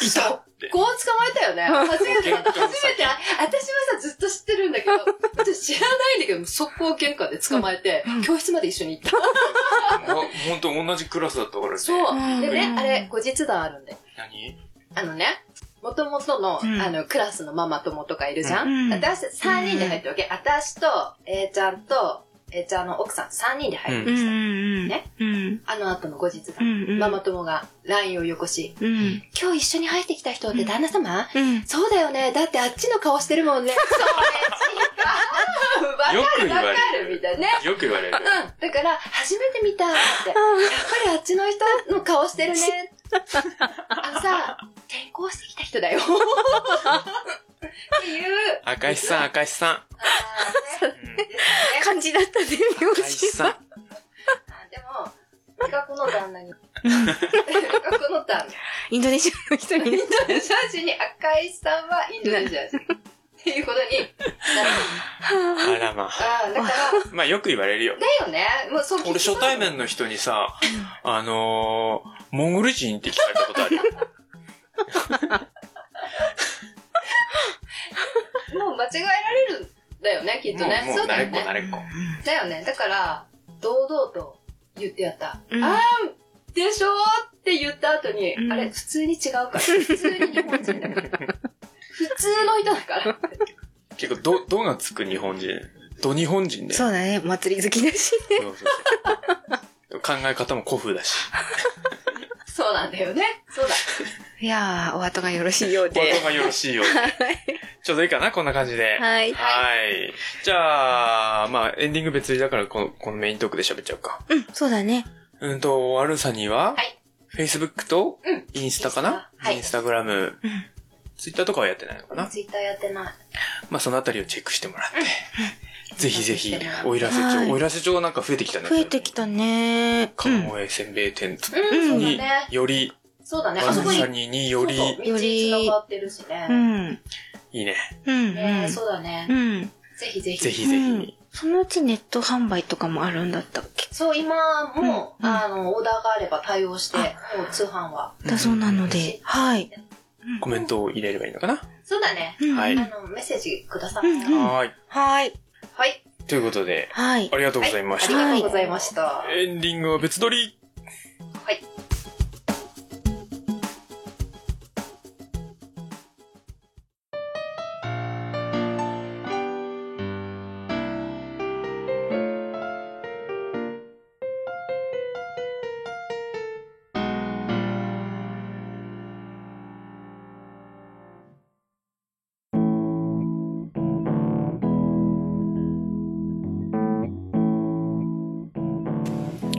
[SPEAKER 5] いたって。
[SPEAKER 4] こう捕まえたよ
[SPEAKER 2] [laughs]
[SPEAKER 4] ね。初めて、
[SPEAKER 5] 玄関先
[SPEAKER 4] 初めて、あ私はさ、ずっと知ってるんだけど、私知らないんだけど、速攻玄関で捕まえて、教室まで一緒に行った。
[SPEAKER 5] 本当同じクラスだったからね。
[SPEAKER 4] そう。で
[SPEAKER 2] う
[SPEAKER 4] ね
[SPEAKER 2] ん、
[SPEAKER 4] あれ、後日談あるんだよ。
[SPEAKER 5] 何
[SPEAKER 4] あのね、もともとの、
[SPEAKER 2] うん
[SPEAKER 4] あの、クラスのママ友とかいるじゃん、
[SPEAKER 2] うん
[SPEAKER 4] 私、3人で入ったわけ。私と、えーちゃんと、えーちゃんの奥さん、3人で入り
[SPEAKER 2] う
[SPEAKER 4] ま
[SPEAKER 2] ん
[SPEAKER 4] し
[SPEAKER 2] う
[SPEAKER 4] た。
[SPEAKER 2] んうん。
[SPEAKER 4] ね
[SPEAKER 2] うん。
[SPEAKER 4] あの後の後日
[SPEAKER 2] う
[SPEAKER 4] 談、
[SPEAKER 2] んうん。
[SPEAKER 4] ママ友が LINE をよこし、
[SPEAKER 2] うん。
[SPEAKER 4] 今日一緒に入ってきた人って旦那様、
[SPEAKER 2] うん。
[SPEAKER 4] そうだよね。だってあっちの顔してるもんね。そうね、違う。
[SPEAKER 5] よ
[SPEAKER 2] [laughs]
[SPEAKER 4] わ
[SPEAKER 5] く
[SPEAKER 4] かる
[SPEAKER 5] 言わ
[SPEAKER 4] わ
[SPEAKER 5] れる
[SPEAKER 4] かるみたいなね。
[SPEAKER 5] よく言われる
[SPEAKER 4] う。ん。だから、初めて見たって。やっぱりあっちの人の顔してるね。あのさ、転校してきた人だよ。っていう。
[SPEAKER 5] 赤石さん、赤石さん。
[SPEAKER 4] あー
[SPEAKER 5] う
[SPEAKER 4] ね
[SPEAKER 5] ん
[SPEAKER 4] ですね
[SPEAKER 2] [laughs] 感じだったね、
[SPEAKER 5] 赤石さん。
[SPEAKER 4] でも、美学の旦那に。美学の旦
[SPEAKER 2] インドネシアの人
[SPEAKER 4] [laughs] 那。イ
[SPEAKER 2] に
[SPEAKER 4] ン
[SPEAKER 2] ね。
[SPEAKER 4] ドネシア人に赤井さんはインドネシア人。っていうことになる。
[SPEAKER 5] あらまあ。
[SPEAKER 4] ああ、だから、
[SPEAKER 5] まあよく言われるよ。
[SPEAKER 4] だよね。もうそう
[SPEAKER 5] 俺初対面の人にさ、あのー、モンゴル人って聞かれたことあるよ。
[SPEAKER 4] もう間違えられるんだよね、きっとね。
[SPEAKER 5] [laughs] もう、も
[SPEAKER 4] そううだ
[SPEAKER 5] 慣れ
[SPEAKER 4] よ
[SPEAKER 5] っこ慣
[SPEAKER 4] ね。
[SPEAKER 5] れっこ。
[SPEAKER 4] だよね。だから、堂々と言ってやった。
[SPEAKER 2] うん
[SPEAKER 4] あーでしょーって言った後に、
[SPEAKER 2] うん
[SPEAKER 4] あれ、普通に違うから。普通に日本人だから。普通の人だから。
[SPEAKER 5] 結構、ど、どがつく日本人。ど日本人だよ。
[SPEAKER 2] そうだね、祭り好きだしね。
[SPEAKER 5] そうそうそう考え方も古風だし。
[SPEAKER 4] そうなんだよね。そうだ。
[SPEAKER 2] いやー、お後がよろしいよう
[SPEAKER 5] こ
[SPEAKER 2] で。 [laughs]
[SPEAKER 5] れがよろしいよ。ちょうどいいかなこんな感じで。
[SPEAKER 2] はい。
[SPEAKER 5] はい。じゃあ、まあ、エンディング別にだからこの、このメイントークで喋っちゃうか。
[SPEAKER 2] うん、そうだね。
[SPEAKER 5] うんと、ワルサには、
[SPEAKER 4] はい
[SPEAKER 5] Facebook と
[SPEAKER 4] うん、
[SPEAKER 5] インスタかな、
[SPEAKER 4] インスタはい
[SPEAKER 5] インスタグラム、
[SPEAKER 2] うん
[SPEAKER 5] ツイッターとかはやってないのかな
[SPEAKER 4] ツイッターやってない。
[SPEAKER 5] まあ、そのあたりをチェックしてもらって、ぜひぜひ、おいらせ
[SPEAKER 2] はい
[SPEAKER 5] 町、おいらせ町なんか増えてきたね。
[SPEAKER 2] 増えてきたね。う
[SPEAKER 5] 鴨
[SPEAKER 2] ん。
[SPEAKER 5] 江せんべい店
[SPEAKER 4] うん、そうだ
[SPEAKER 5] に
[SPEAKER 4] ね。、
[SPEAKER 5] より、
[SPEAKER 4] そうだね。
[SPEAKER 5] ワ
[SPEAKER 4] あそこ
[SPEAKER 5] ル
[SPEAKER 4] に
[SPEAKER 5] サ、ににより、
[SPEAKER 4] そうそう
[SPEAKER 2] より
[SPEAKER 4] 道繋がってるし
[SPEAKER 2] う
[SPEAKER 4] ね。
[SPEAKER 2] ん。
[SPEAKER 5] いいね。
[SPEAKER 2] うん。
[SPEAKER 4] ねそうだね
[SPEAKER 2] う。ん。
[SPEAKER 4] ぜひぜひ。
[SPEAKER 5] ぜひぜ
[SPEAKER 2] う
[SPEAKER 5] ひ
[SPEAKER 2] ん。そのうちネット販売とかもあるんだったっけ
[SPEAKER 4] そう、今も、
[SPEAKER 2] うん
[SPEAKER 4] あの、オーダーがあれば対応して、もう通販は。
[SPEAKER 2] だそうなので、はい。
[SPEAKER 5] コメントを入れればいいのかな、
[SPEAKER 4] そうだね。
[SPEAKER 2] うん
[SPEAKER 5] はい
[SPEAKER 4] あの、メッセージください。
[SPEAKER 2] うんうん
[SPEAKER 5] はーい。
[SPEAKER 2] はい。
[SPEAKER 4] はい。
[SPEAKER 5] ということで、
[SPEAKER 2] はい
[SPEAKER 5] あ。りがとうございました。
[SPEAKER 4] ありがとうございました。は
[SPEAKER 5] エンディングは別撮り
[SPEAKER 4] い。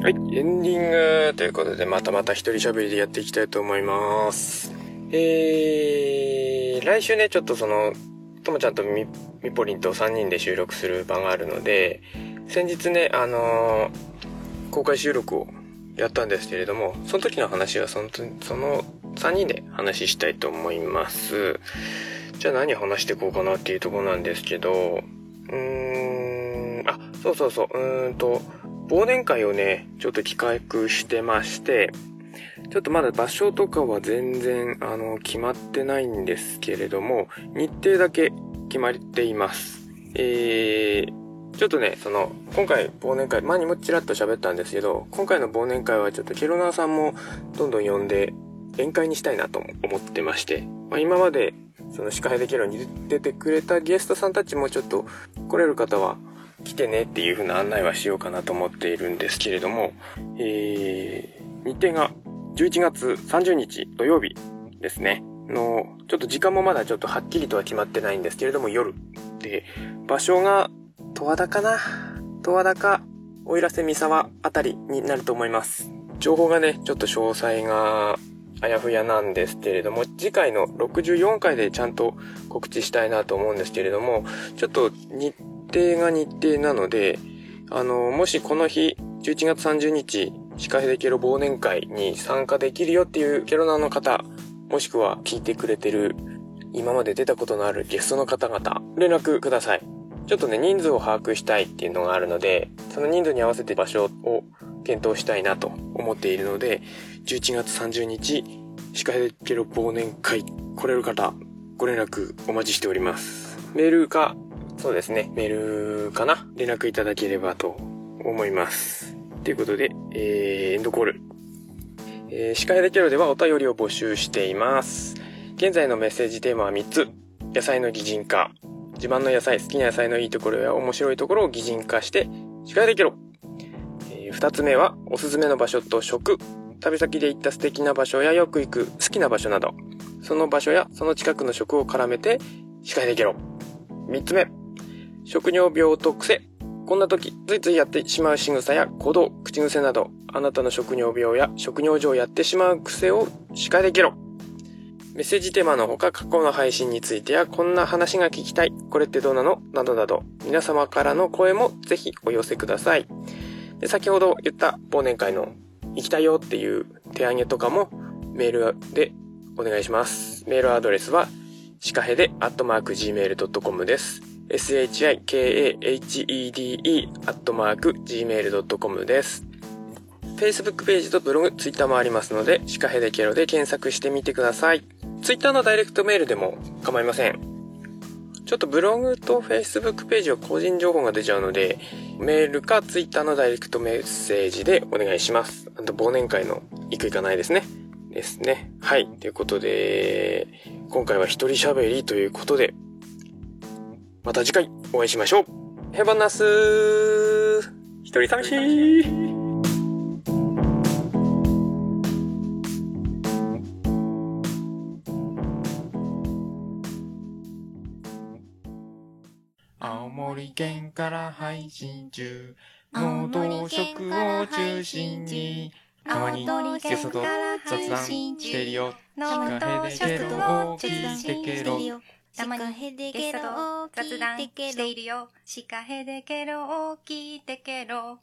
[SPEAKER 3] はい、エンディングということで、またまた一人喋りでやっていきたいと思います。えー、来週ね、ちょっとその、ともちゃんとみ、みぽりんと3人で収録する場があるので、先日ね、あのー公開収録をやったんですけれども、その時の話はその、その3人で話したいと思います。じゃあ何話していこうかなっていうところなんですけど、うーん、あ、そうそうそう、うーんと、忘年会をね、ちょっと企画してまして、ちょっとまだ場所とかは全然、あの、決まってないんですけれども、日程だけ決まっています。えー、ちょっとね、その、今回忘年会、前にもちらっと喋ったんですけど、今回の忘年会はちょっとケロナーさんもどんどん呼んで、宴会にしたいなと思ってまして、まあ、今まで、その、司会でケロに出てくれたゲストさんたちもちょっと、来れる方は来てねっていう風な案内はしようかなと思っているんですけれども、えー、日程が11月30日土曜日ですね。の、ちょっと時間もまだちょっとはっきりとは決まってないんですけれども、夜。で、場所が、十和田かな十和田か、奥入瀬三沢あたりになると思います。情報がね、ちょっと詳細が、あやふやなんですけれども、次回の64回でちゃんと告知したいなと思うんですけれども、ちょっと日日程が日程なので、あの、もしこの日、11月30日、シカヘデケロ忘年会に参加できるよっていうケロナーの方、もしくは聞いてくれてる、今まで出たことのあるゲストの方々、連絡ください。ちょっとね、人数を把握したいっていうのがあるので、その人数に合わせて場所を検討したいなと思っているので、11月30日、シカヘデケロ忘年会来れる方、ご連絡お待ちしております。メールかそうですね、メールかな連絡いただければと思います。ということで、えー、エンドコール。えー、司会だけロではお便りを募集しています。現在のメッセージテーマは3つ。野菜の擬人化。自慢の野菜、好きな野菜のいいところや面白いところを擬人化して、司会だけロ。えー、2つ目は、おすすめの場所と食。旅先で行った素敵な場所やよく行く好きな場所など、その場所やその近くの食を絡めて、司会だけロ。3つ目、食尿病と癖。こんな時、ついついやってしまう仕草や行動、口癖など、あなたの食尿病や食尿上やってしまう癖を司会できろ。メッセージテーマのほか過去の配信についてやこんな話が聞きたい、これってどうなのなどなど、皆様からの声もぜひお寄せください。で先ほど言った忘年会の行きたいよっていう手上げとかもメールでお願いします。メールアドレスは、シカヘデアットマーク Gmail.com です。shikahede アットマーク gmail.com です。Facebook ページとブログ、Twitter もありますので、シカヘデケロで検索してみてください。Twitter のダイレクトメールでも構いません。ちょっとブログと Facebook ページは個人情報が出ちゃうので、メールか Twitter のダイレクトメッセージでお願いします。あと忘年会の行く行かないですね。ですね。はい。ということで、今回は一人喋りということで、また次回お会いしましょう。ヘバナス一人寂しい
[SPEAKER 2] 青森県から配信中。農道食を中心に、たまにゲストと雑談してるよ。
[SPEAKER 1] 農道
[SPEAKER 2] シカヘデ
[SPEAKER 1] 食
[SPEAKER 2] ケロ
[SPEAKER 1] を
[SPEAKER 2] を
[SPEAKER 1] 中
[SPEAKER 2] 聞いて
[SPEAKER 1] 心に
[SPEAKER 2] ケロ。
[SPEAKER 1] たまにゲストと雑談しているよ。シカヘデケロを聞いてケロ。